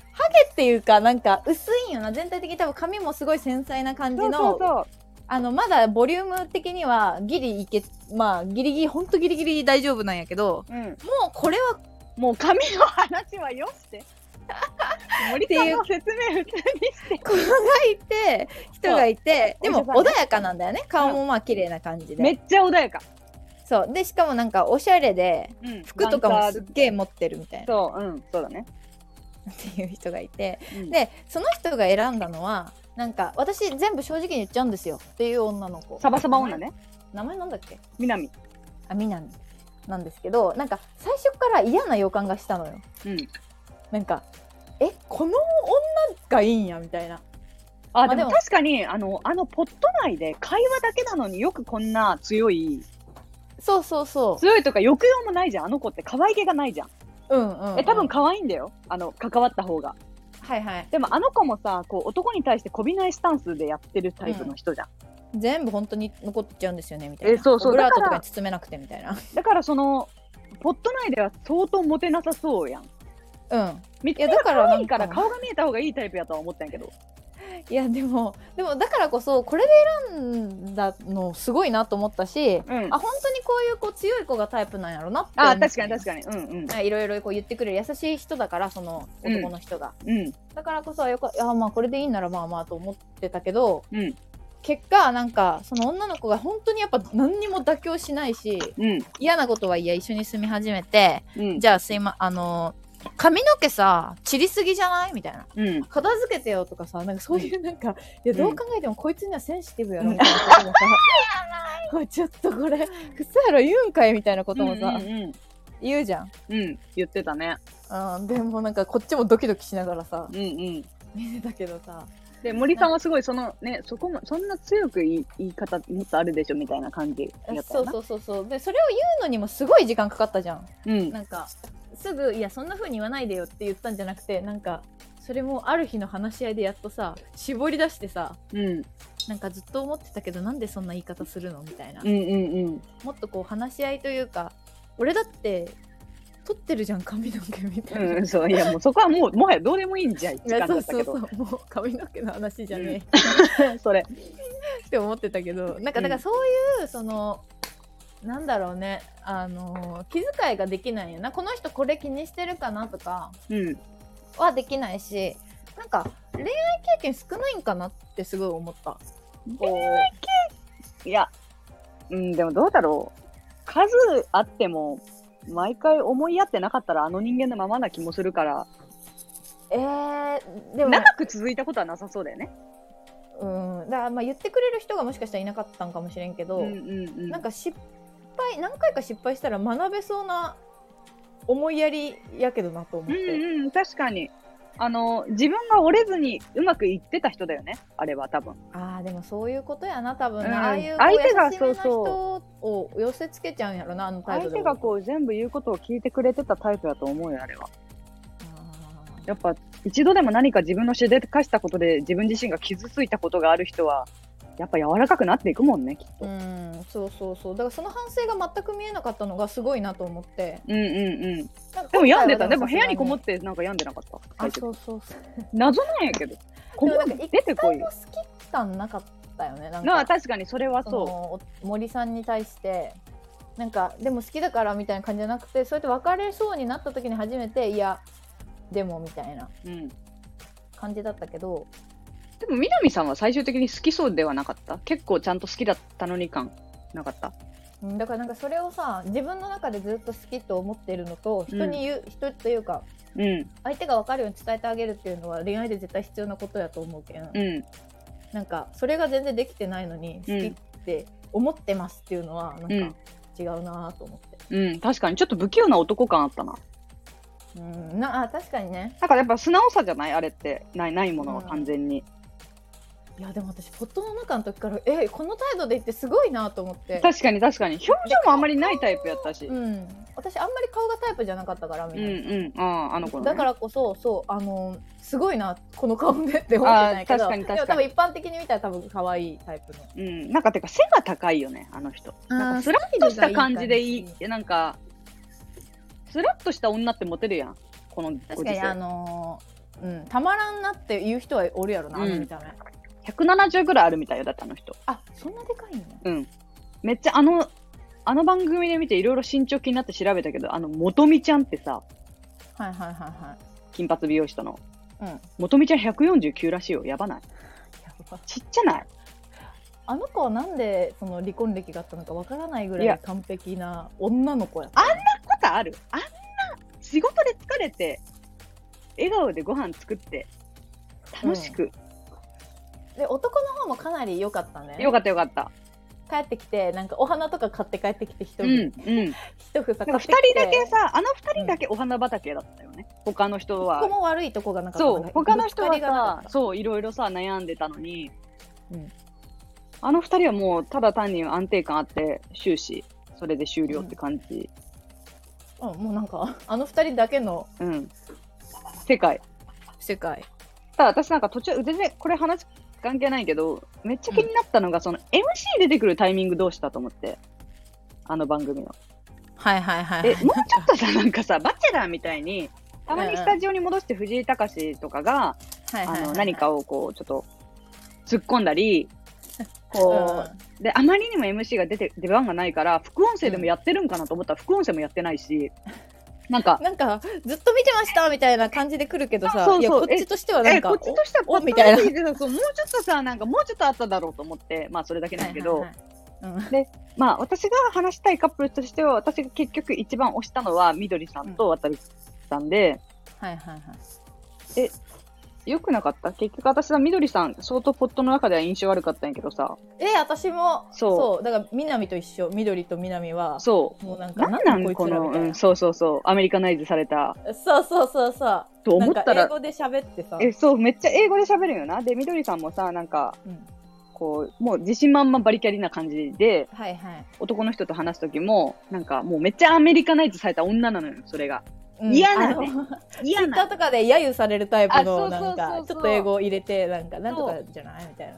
[SPEAKER 2] っていうかなんか薄いんよな全体的に多分髪もすごい繊細な感じ
[SPEAKER 1] そ
[SPEAKER 2] の
[SPEAKER 1] うそうそう
[SPEAKER 2] あのまだボリューム的にはギリいけまあギリギリほんとギリギリ大丈夫なんやけど
[SPEAKER 1] うん、
[SPEAKER 2] もうこれは
[SPEAKER 1] もう髪の話はよして 森さんの説明普通にして
[SPEAKER 2] このがいて人がいて
[SPEAKER 1] そ
[SPEAKER 2] で
[SPEAKER 1] う
[SPEAKER 2] も
[SPEAKER 1] お医者さん
[SPEAKER 2] 穏
[SPEAKER 1] ね
[SPEAKER 2] やかなんだよね顔もまあ綺麗な感じ
[SPEAKER 1] め
[SPEAKER 2] で
[SPEAKER 1] っちゃ穏やか、
[SPEAKER 2] そうでしかもなんかおしゃれで
[SPEAKER 1] うん、
[SPEAKER 2] 服とかもすっげえ持ってるみたいな
[SPEAKER 1] そう、うん、そうだね。
[SPEAKER 2] っていう人がいて
[SPEAKER 1] うん
[SPEAKER 2] でその人が選んだのはなんか私全部正直に言っちゃうんですよっていう女の子
[SPEAKER 1] サバサバ女ね。
[SPEAKER 2] 名前なんだっけ
[SPEAKER 1] 南。
[SPEAKER 2] あみなんなんですけどなんか最初から嫌な予感がしたのよ
[SPEAKER 1] うん。
[SPEAKER 2] なんかえこの女がいいんやみたいな
[SPEAKER 1] あ、
[SPEAKER 2] あ
[SPEAKER 1] で
[SPEAKER 2] で
[SPEAKER 1] も
[SPEAKER 2] も
[SPEAKER 1] 確かに、あの、あのポット内で会話だけなのによくこんな強い、
[SPEAKER 2] そうそうそ
[SPEAKER 1] 強いとか抑揚もないじゃん。あの子って可愛げがないじゃん。
[SPEAKER 2] ううんうん、うん、
[SPEAKER 1] え、多分可愛いんだよ。あの、関わった方が。
[SPEAKER 2] はいはい
[SPEAKER 1] でもあの子もさ、こう、男に対して媚びないスタンスでやってるタイプの人じゃん。
[SPEAKER 2] 全部本当に残っちゃうんですよねみたいな
[SPEAKER 1] えそうそう
[SPEAKER 2] オブラート
[SPEAKER 1] だ
[SPEAKER 2] と
[SPEAKER 1] から
[SPEAKER 2] かに包めなくてみたいな
[SPEAKER 1] だからその、ポット内では相当モテなさそうやん。
[SPEAKER 2] うん
[SPEAKER 1] 見た
[SPEAKER 2] や
[SPEAKER 1] 目が
[SPEAKER 2] だから
[SPEAKER 1] 可
[SPEAKER 2] なんか
[SPEAKER 1] 愛いから顔が見えた方がいいタイプやとは思ったんやけど。
[SPEAKER 2] いやでもでもだからこそこれで選んだのすごいなと思ったし
[SPEAKER 1] うん。
[SPEAKER 2] あ本当にこういうこう強い子がタイプなんやろなって
[SPEAKER 1] あ、確かに確
[SPEAKER 2] か
[SPEAKER 1] かに。うんうん。
[SPEAKER 2] にいろいろこう言ってくれる優しい人だからその
[SPEAKER 1] うん
[SPEAKER 2] 男の人が、
[SPEAKER 1] うん。
[SPEAKER 2] だからこそよかいやまあこれでいいんならまあまあと思ってたけど
[SPEAKER 1] うん。
[SPEAKER 2] 結果なんかその女の子が本当にやっぱ何にも妥協しないし
[SPEAKER 1] うん。
[SPEAKER 2] 嫌なことは嫌一緒に住み始めて
[SPEAKER 1] うん。
[SPEAKER 2] じゃあすいまあの髪の毛さ散りすぎじゃないみたいな
[SPEAKER 1] うん。
[SPEAKER 2] 片付けてよとかさなんかそういうなんか、いやどう考えてもこいつにはセンシティブやろ
[SPEAKER 1] うん
[SPEAKER 2] みたいなこともさ、おい ちょっとこれクソやろ言うんかいみたいなこともさ、
[SPEAKER 1] うんうんうん
[SPEAKER 2] 言うじゃん
[SPEAKER 1] うん、言ってたね。
[SPEAKER 2] あーでもなんかこっちもドキドキしながらさ
[SPEAKER 1] うんうん。
[SPEAKER 2] 見てたけどさ
[SPEAKER 1] で、森さんはすごい、そのね、そこも、そんな強く言い言い方、もっとあるでしょみたいな感じやった
[SPEAKER 2] そ
[SPEAKER 1] よ
[SPEAKER 2] う
[SPEAKER 1] な。
[SPEAKER 2] そうそうそうでそれを言うのにもすごい時間かかったじゃん
[SPEAKER 1] うん。
[SPEAKER 2] なんかすぐ「いやそんな風に言わないでよ」って言ったんじゃなくてなんかそれもある日の話し合いでやっとさ絞り出してさ
[SPEAKER 1] うん。
[SPEAKER 2] なんかずっと思ってたけどなんでそんな言い方するのみたいな、
[SPEAKER 1] うんうんうん。
[SPEAKER 2] もっとこう話し合いというか俺だって撮ってるじゃん髪の毛みたいな。
[SPEAKER 1] うん、 そう、いや、もうそこはもう、もはやどうでもいいんじゃい。
[SPEAKER 2] い
[SPEAKER 1] 時
[SPEAKER 2] や
[SPEAKER 1] 間だ
[SPEAKER 2] そう
[SPEAKER 1] った
[SPEAKER 2] そ
[SPEAKER 1] け
[SPEAKER 2] う
[SPEAKER 1] ど。
[SPEAKER 2] そうもう髪の毛の話じゃね
[SPEAKER 1] それ。
[SPEAKER 2] え、って思ってたけどなんかだからそういうそのなんだろうねあの気遣いができないよなこの人これ気にしてるかなとか
[SPEAKER 1] うん。
[SPEAKER 2] はできないしなんか恋愛経験少ないんかなってすごい思った。
[SPEAKER 1] いや、うん、でもどうだろう。数あっても、毎回思い合ってなかったらあの人間のままな気もするから、
[SPEAKER 2] えー、でも
[SPEAKER 1] 長く続いたことはなさそうだよね。
[SPEAKER 2] うん、だからまあ言ってくれる人がもしかしたらいなかったんかもしれんけど、
[SPEAKER 1] うんう
[SPEAKER 2] なんか失敗何回か失敗したら学べそうな思いやりやけどなと思っ
[SPEAKER 1] う
[SPEAKER 2] て、
[SPEAKER 1] んうん、確かに。あの、自分が折れずにうまくいってた人だよね。あれは多分。
[SPEAKER 2] ああでもそういうことやな多分
[SPEAKER 1] う
[SPEAKER 2] な、
[SPEAKER 1] ん
[SPEAKER 2] ああいう
[SPEAKER 1] 相手が
[SPEAKER 2] こう優しめ
[SPEAKER 1] そう
[SPEAKER 2] な人を寄せつけちゃうんやろなあの態
[SPEAKER 1] 相
[SPEAKER 2] 度で
[SPEAKER 1] 手がこう全部言うことを聞いてくれてたタイプだと思うよ、あれは。
[SPEAKER 2] あ
[SPEAKER 1] やっぱ、一度でも何か自分のしでかしたことで自分自身が傷ついたことがある人は、やっぱ柔らかくなっていくもんね、きっ
[SPEAKER 2] ー
[SPEAKER 1] と。
[SPEAKER 2] うんそうそうそうだからその反省が全く見えなかったのがすごいなと思って
[SPEAKER 1] うんうんうん。
[SPEAKER 2] なんか
[SPEAKER 1] でも病んでた。でも
[SPEAKER 2] 今
[SPEAKER 1] 部
[SPEAKER 2] 回
[SPEAKER 1] 屋
[SPEAKER 2] は
[SPEAKER 1] にこも
[SPEAKER 2] さ
[SPEAKER 1] ってなんか病んでなかった。
[SPEAKER 2] すがにあそうそうそう
[SPEAKER 1] 謎なんやけど。こも
[SPEAKER 2] でもなんか
[SPEAKER 1] 出てこい
[SPEAKER 2] でも
[SPEAKER 1] よ。
[SPEAKER 2] 好き感なかったよねなん
[SPEAKER 1] な
[SPEAKER 2] か
[SPEAKER 1] あ確かにそれは
[SPEAKER 2] そ
[SPEAKER 1] そ
[SPEAKER 2] のお森さんに対してなんかでも好きだからみたいな感じじゃなくてそうやって別れそうになった時に初めていやでもみたいな
[SPEAKER 1] う。うん。
[SPEAKER 2] 感じだったけど
[SPEAKER 1] でも南さんは最終的に好きそうではなかった。結構ちゃんと好きだったのに感なかった。
[SPEAKER 2] うんだからなんかそれをさ自分の中でずっと好きと思ってるのと人に言う、人というか
[SPEAKER 1] うん
[SPEAKER 2] 相手が分かるように伝えてあげるっていうのは恋愛で絶対必要なことやと思うけん、
[SPEAKER 1] うん
[SPEAKER 2] なんかそれが全然できてないのに好きって思ってますっていうのはなんか
[SPEAKER 1] うん
[SPEAKER 2] 違うなと思って、
[SPEAKER 1] うん確かにちょっと不器用な男感あったな。
[SPEAKER 2] うん、なあ確かにね
[SPEAKER 1] なんかやっぱ素直さじゃないあれってないないものは
[SPEAKER 2] うん
[SPEAKER 1] 完全に。
[SPEAKER 2] いやでも私ポットの中の時からえこの態度で言ってすごいなと思って
[SPEAKER 1] 確かに確かに表情もあんまりないタイプやったし。う
[SPEAKER 2] うんん私あんまり顔がタイプじゃなかったから
[SPEAKER 1] う
[SPEAKER 2] みたいな、
[SPEAKER 1] んあああの子の、ね。
[SPEAKER 2] だからこそそうあのすごいなこの顔でって思ってないけど
[SPEAKER 1] あー確かに確かに
[SPEAKER 2] でも多分一般的に見たら多分可愛いタイプの
[SPEAKER 1] うんなんかてか背が高いよねあの人。なんかスラッとした感じでいいなんかスラッとした女ってモテるやんこのご
[SPEAKER 2] 確か
[SPEAKER 1] 時
[SPEAKER 2] にあ
[SPEAKER 1] 世。
[SPEAKER 2] のーうん、たまらんなって言う人はおるやろな、あの
[SPEAKER 1] うん
[SPEAKER 2] 見た目
[SPEAKER 1] 170ぐらいあるみたいよだってあの人。
[SPEAKER 2] あそんなでかいんや
[SPEAKER 1] めっちゃあのあの番組で見ていろいろ身長気になって調べたけどあの元美ちゃんってさ
[SPEAKER 2] はいはいはいはい
[SPEAKER 1] 金髪美容師との。
[SPEAKER 2] うんや
[SPEAKER 1] 元美ちゃん149らしいよ。やばない。
[SPEAKER 2] ば
[SPEAKER 1] ちっちゃない。
[SPEAKER 2] あの子はなんでその離婚歴があったのかわからないぐら
[SPEAKER 1] いや
[SPEAKER 2] い完璧な女の子やった
[SPEAKER 1] ことあるあんな仕事で疲れて、笑顔でご飯作って、楽しく。
[SPEAKER 2] で男の方もかなり良かったね
[SPEAKER 1] よかったよかった。
[SPEAKER 2] 帰ってきてなんかお花とか買って帰ってきて一
[SPEAKER 1] う
[SPEAKER 2] 人、
[SPEAKER 1] んうん。
[SPEAKER 2] 一房買ってき
[SPEAKER 1] なん
[SPEAKER 2] て
[SPEAKER 1] か2人だけさ、あの2人だけお花畑だったよね。他の人
[SPEAKER 2] ここ
[SPEAKER 1] は。
[SPEAKER 2] も悪いとこがなかった
[SPEAKER 1] そう、他の人はさ、
[SPEAKER 2] そう
[SPEAKER 1] そう、いろいろさ、悩んでたのに、
[SPEAKER 2] うん
[SPEAKER 1] あの2人はもう、ただ単に安定感あって、終始、それで終了って感じ。
[SPEAKER 2] うんもうなんかあの二人だけの
[SPEAKER 1] うん。世界。
[SPEAKER 2] 世界
[SPEAKER 1] ただ私なんか途中、全然これ話関係ないけど、めっちゃ気になったのが、その MC 出てくるタイミングどうしたと思って、あの番組の。
[SPEAKER 2] はいはいは
[SPEAKER 1] え、もうちょっとさ、なんかさ、バチェラーみたいに、たまにスタジオに戻して藤井隆とかが、
[SPEAKER 2] はい
[SPEAKER 1] あ
[SPEAKER 2] はい
[SPEAKER 1] の
[SPEAKER 2] はい
[SPEAKER 1] 何かをこう、ちょっと突っ込んだり、
[SPEAKER 2] うん
[SPEAKER 1] こう、で、あまりにも MC が出て、出番がないから、副音声でもやってるんかなと思ったら、副音声もやってないし、なんか、
[SPEAKER 2] なんかずっと見てましたみたいな感じで来るけど
[SPEAKER 1] そ
[SPEAKER 2] さ
[SPEAKER 1] うそう
[SPEAKER 2] いやこっ
[SPEAKER 1] え
[SPEAKER 2] ちとして はな
[SPEAKER 1] え、
[SPEAKER 2] んか
[SPEAKER 1] こっちとしては
[SPEAKER 2] お
[SPEAKER 1] パッ
[SPEAKER 2] みたいな
[SPEAKER 1] と見ててそうもうちょっとさ、なんかもうちょっとあっただろうと思って、まあそれだけなんだけど、
[SPEAKER 2] はいはいはい
[SPEAKER 1] まあ私が話したいカップルとしては私が結局一番推したのはみどりさんと渡さんで、
[SPEAKER 2] うんはいはいはい
[SPEAKER 1] 良くなかった結局私はみどりさん相当ポットの中では印象悪かったんやけどさ
[SPEAKER 2] え私も
[SPEAKER 1] そう
[SPEAKER 2] だから南と一緒緑と南は
[SPEAKER 1] そ
[SPEAKER 2] もうなん
[SPEAKER 1] う
[SPEAKER 2] か
[SPEAKER 1] なんなん
[SPEAKER 2] でこ
[SPEAKER 1] こ
[SPEAKER 2] いつらみ
[SPEAKER 1] の、
[SPEAKER 2] たいな
[SPEAKER 1] うん、そうそうそうアメリカナイズされた
[SPEAKER 2] そうそうそうそう
[SPEAKER 1] と思った
[SPEAKER 2] な
[SPEAKER 1] ら
[SPEAKER 2] んか英語で喋ってさ、
[SPEAKER 1] えそうめっちゃ英語で喋るんよなでみどりさんもさなんか
[SPEAKER 2] うん
[SPEAKER 1] こうもう自信満々バリキャリな感じで
[SPEAKER 2] はいはい、
[SPEAKER 1] 男の人と話す時もなんかもうめっちゃアメリカナイズされた女なのよそれが
[SPEAKER 2] うん
[SPEAKER 1] 嫌なね
[SPEAKER 2] あの
[SPEAKER 1] 嫌
[SPEAKER 2] 歌とかで揶揄されるタイプの
[SPEAKER 1] あそう
[SPEAKER 2] な
[SPEAKER 1] そうんそうそ
[SPEAKER 2] か
[SPEAKER 1] う
[SPEAKER 2] ちょっと英語を入れてなんかなんとかじゃないみたいな、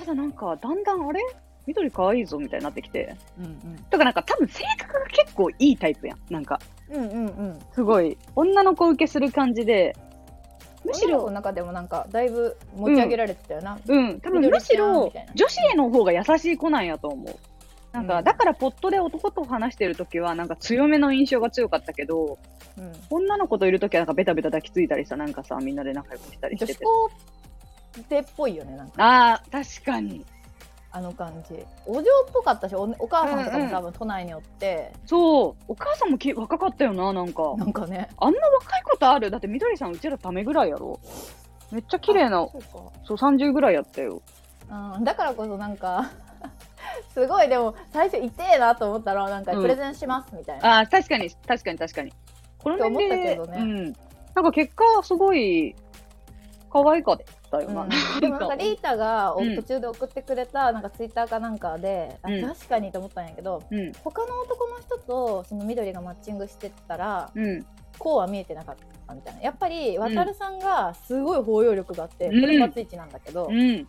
[SPEAKER 1] ただなんかだんだんあれみどり可愛いぞみたいになってきて
[SPEAKER 2] うん
[SPEAKER 1] だからなんか多分性格が結構いいタイプやん。なんか、
[SPEAKER 2] うん、うんうんうん
[SPEAKER 1] すごい、女の子受けする感じで、むし
[SPEAKER 2] 女の子の
[SPEAKER 1] ろ、
[SPEAKER 2] 中でもなんかだいぶ持ち上げられてたよな、
[SPEAKER 1] うん、多分
[SPEAKER 2] 緑
[SPEAKER 1] むし
[SPEAKER 2] ちゃん
[SPEAKER 1] ろ
[SPEAKER 2] みたいな
[SPEAKER 1] 女子への方が優しい子なんやと思う。なんか、
[SPEAKER 2] うん
[SPEAKER 1] だからポットで男と話してるときは、なんか強めの印象が強かったけど、
[SPEAKER 2] うん
[SPEAKER 1] 女の子といるときはなんかベタベタ抱きついたりさ、なんかさ、みんなで仲良くしたりし
[SPEAKER 2] 女
[SPEAKER 1] て
[SPEAKER 2] 子
[SPEAKER 1] て。
[SPEAKER 2] 高生っぽいよねなんか
[SPEAKER 1] ああ、確かに。
[SPEAKER 2] あの感じお嬢っぽかったしおお母さんとかも多分都内におって、
[SPEAKER 1] そう、お母さんもき若かったよな、なんか。
[SPEAKER 2] なんかね
[SPEAKER 1] あんな若いことあるだってみどりさん、うちらためぐらいやろ。めっちゃ綺麗な、
[SPEAKER 2] そうか
[SPEAKER 1] そう、30ぐらいやったよ。
[SPEAKER 2] うん、だからこそなんか すごいでも最初痛えなと思ったらなんか
[SPEAKER 1] うん
[SPEAKER 2] プレゼンしますみたいな、
[SPEAKER 1] ああ、確かに、確かに、確かに。この年齢で
[SPEAKER 2] って思ったけどね
[SPEAKER 1] うん。なんか結果、すごい、可愛かったよ
[SPEAKER 2] うん
[SPEAKER 1] な。
[SPEAKER 2] でもなんかリータがお
[SPEAKER 1] うん
[SPEAKER 2] 途中で送ってくれたなんかツイッターかなんかで、あ
[SPEAKER 1] うん
[SPEAKER 2] 確かにと思ったんやけど
[SPEAKER 1] うん。
[SPEAKER 2] 他の男の人とその緑がマッチングしてたら
[SPEAKER 1] うん。
[SPEAKER 2] こうは見えてなかったみたいなやっぱり渡るさんがすごい包容力があって、
[SPEAKER 1] うん
[SPEAKER 2] これバツイチなんだけど、
[SPEAKER 1] うん。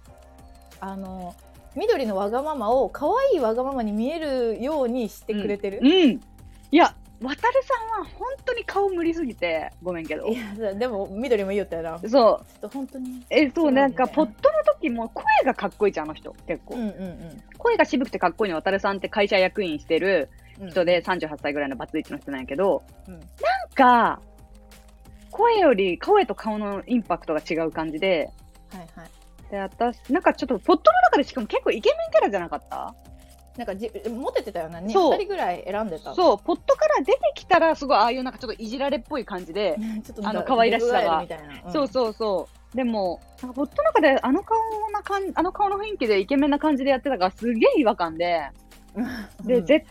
[SPEAKER 2] あの緑のわがままを可愛いわがままに見えるようにしてくれてる、
[SPEAKER 1] うん。いや、渡るさんは本当に顔無理すぎて、ごめんけど
[SPEAKER 2] い。やでも緑も言ったよなちょ
[SPEAKER 1] そう。
[SPEAKER 2] っと本当に
[SPEAKER 1] え、そう、
[SPEAKER 2] 違うよね
[SPEAKER 1] なんか、ポットの時も声がかっこいいじゃん、あの人。結構。
[SPEAKER 2] うんうん
[SPEAKER 1] 声が渋くてかっこいいの、渡るさんって会社役員してる
[SPEAKER 2] うん、
[SPEAKER 1] 人で、38歳ぐらいのバツイチの人なんやけど、
[SPEAKER 2] う
[SPEAKER 1] な
[SPEAKER 2] ん
[SPEAKER 1] んか、声より、声と顔のインパクトが違う感じで、
[SPEAKER 2] はいはい
[SPEAKER 1] で、私、なんかちょっと、ポットの中でしかも結構イケメンキャラじゃなかった
[SPEAKER 2] なんかじモテてたよね
[SPEAKER 1] そう
[SPEAKER 2] 2人ぐらい選んでた
[SPEAKER 1] そう、ポットから出てきたら、すごい、ああいうなんかちょっといじられっぽい感じで、
[SPEAKER 2] ねちょっと
[SPEAKER 1] あの可愛らしさが
[SPEAKER 2] リブガエルみたいな、
[SPEAKER 1] そう
[SPEAKER 2] う
[SPEAKER 1] そうそう。でも、なんかポットの中であの顔な感じ、あの顔の雰囲気でイケメンな感じでやってたからすげえ違和感で、
[SPEAKER 2] ん
[SPEAKER 1] で、絶対にう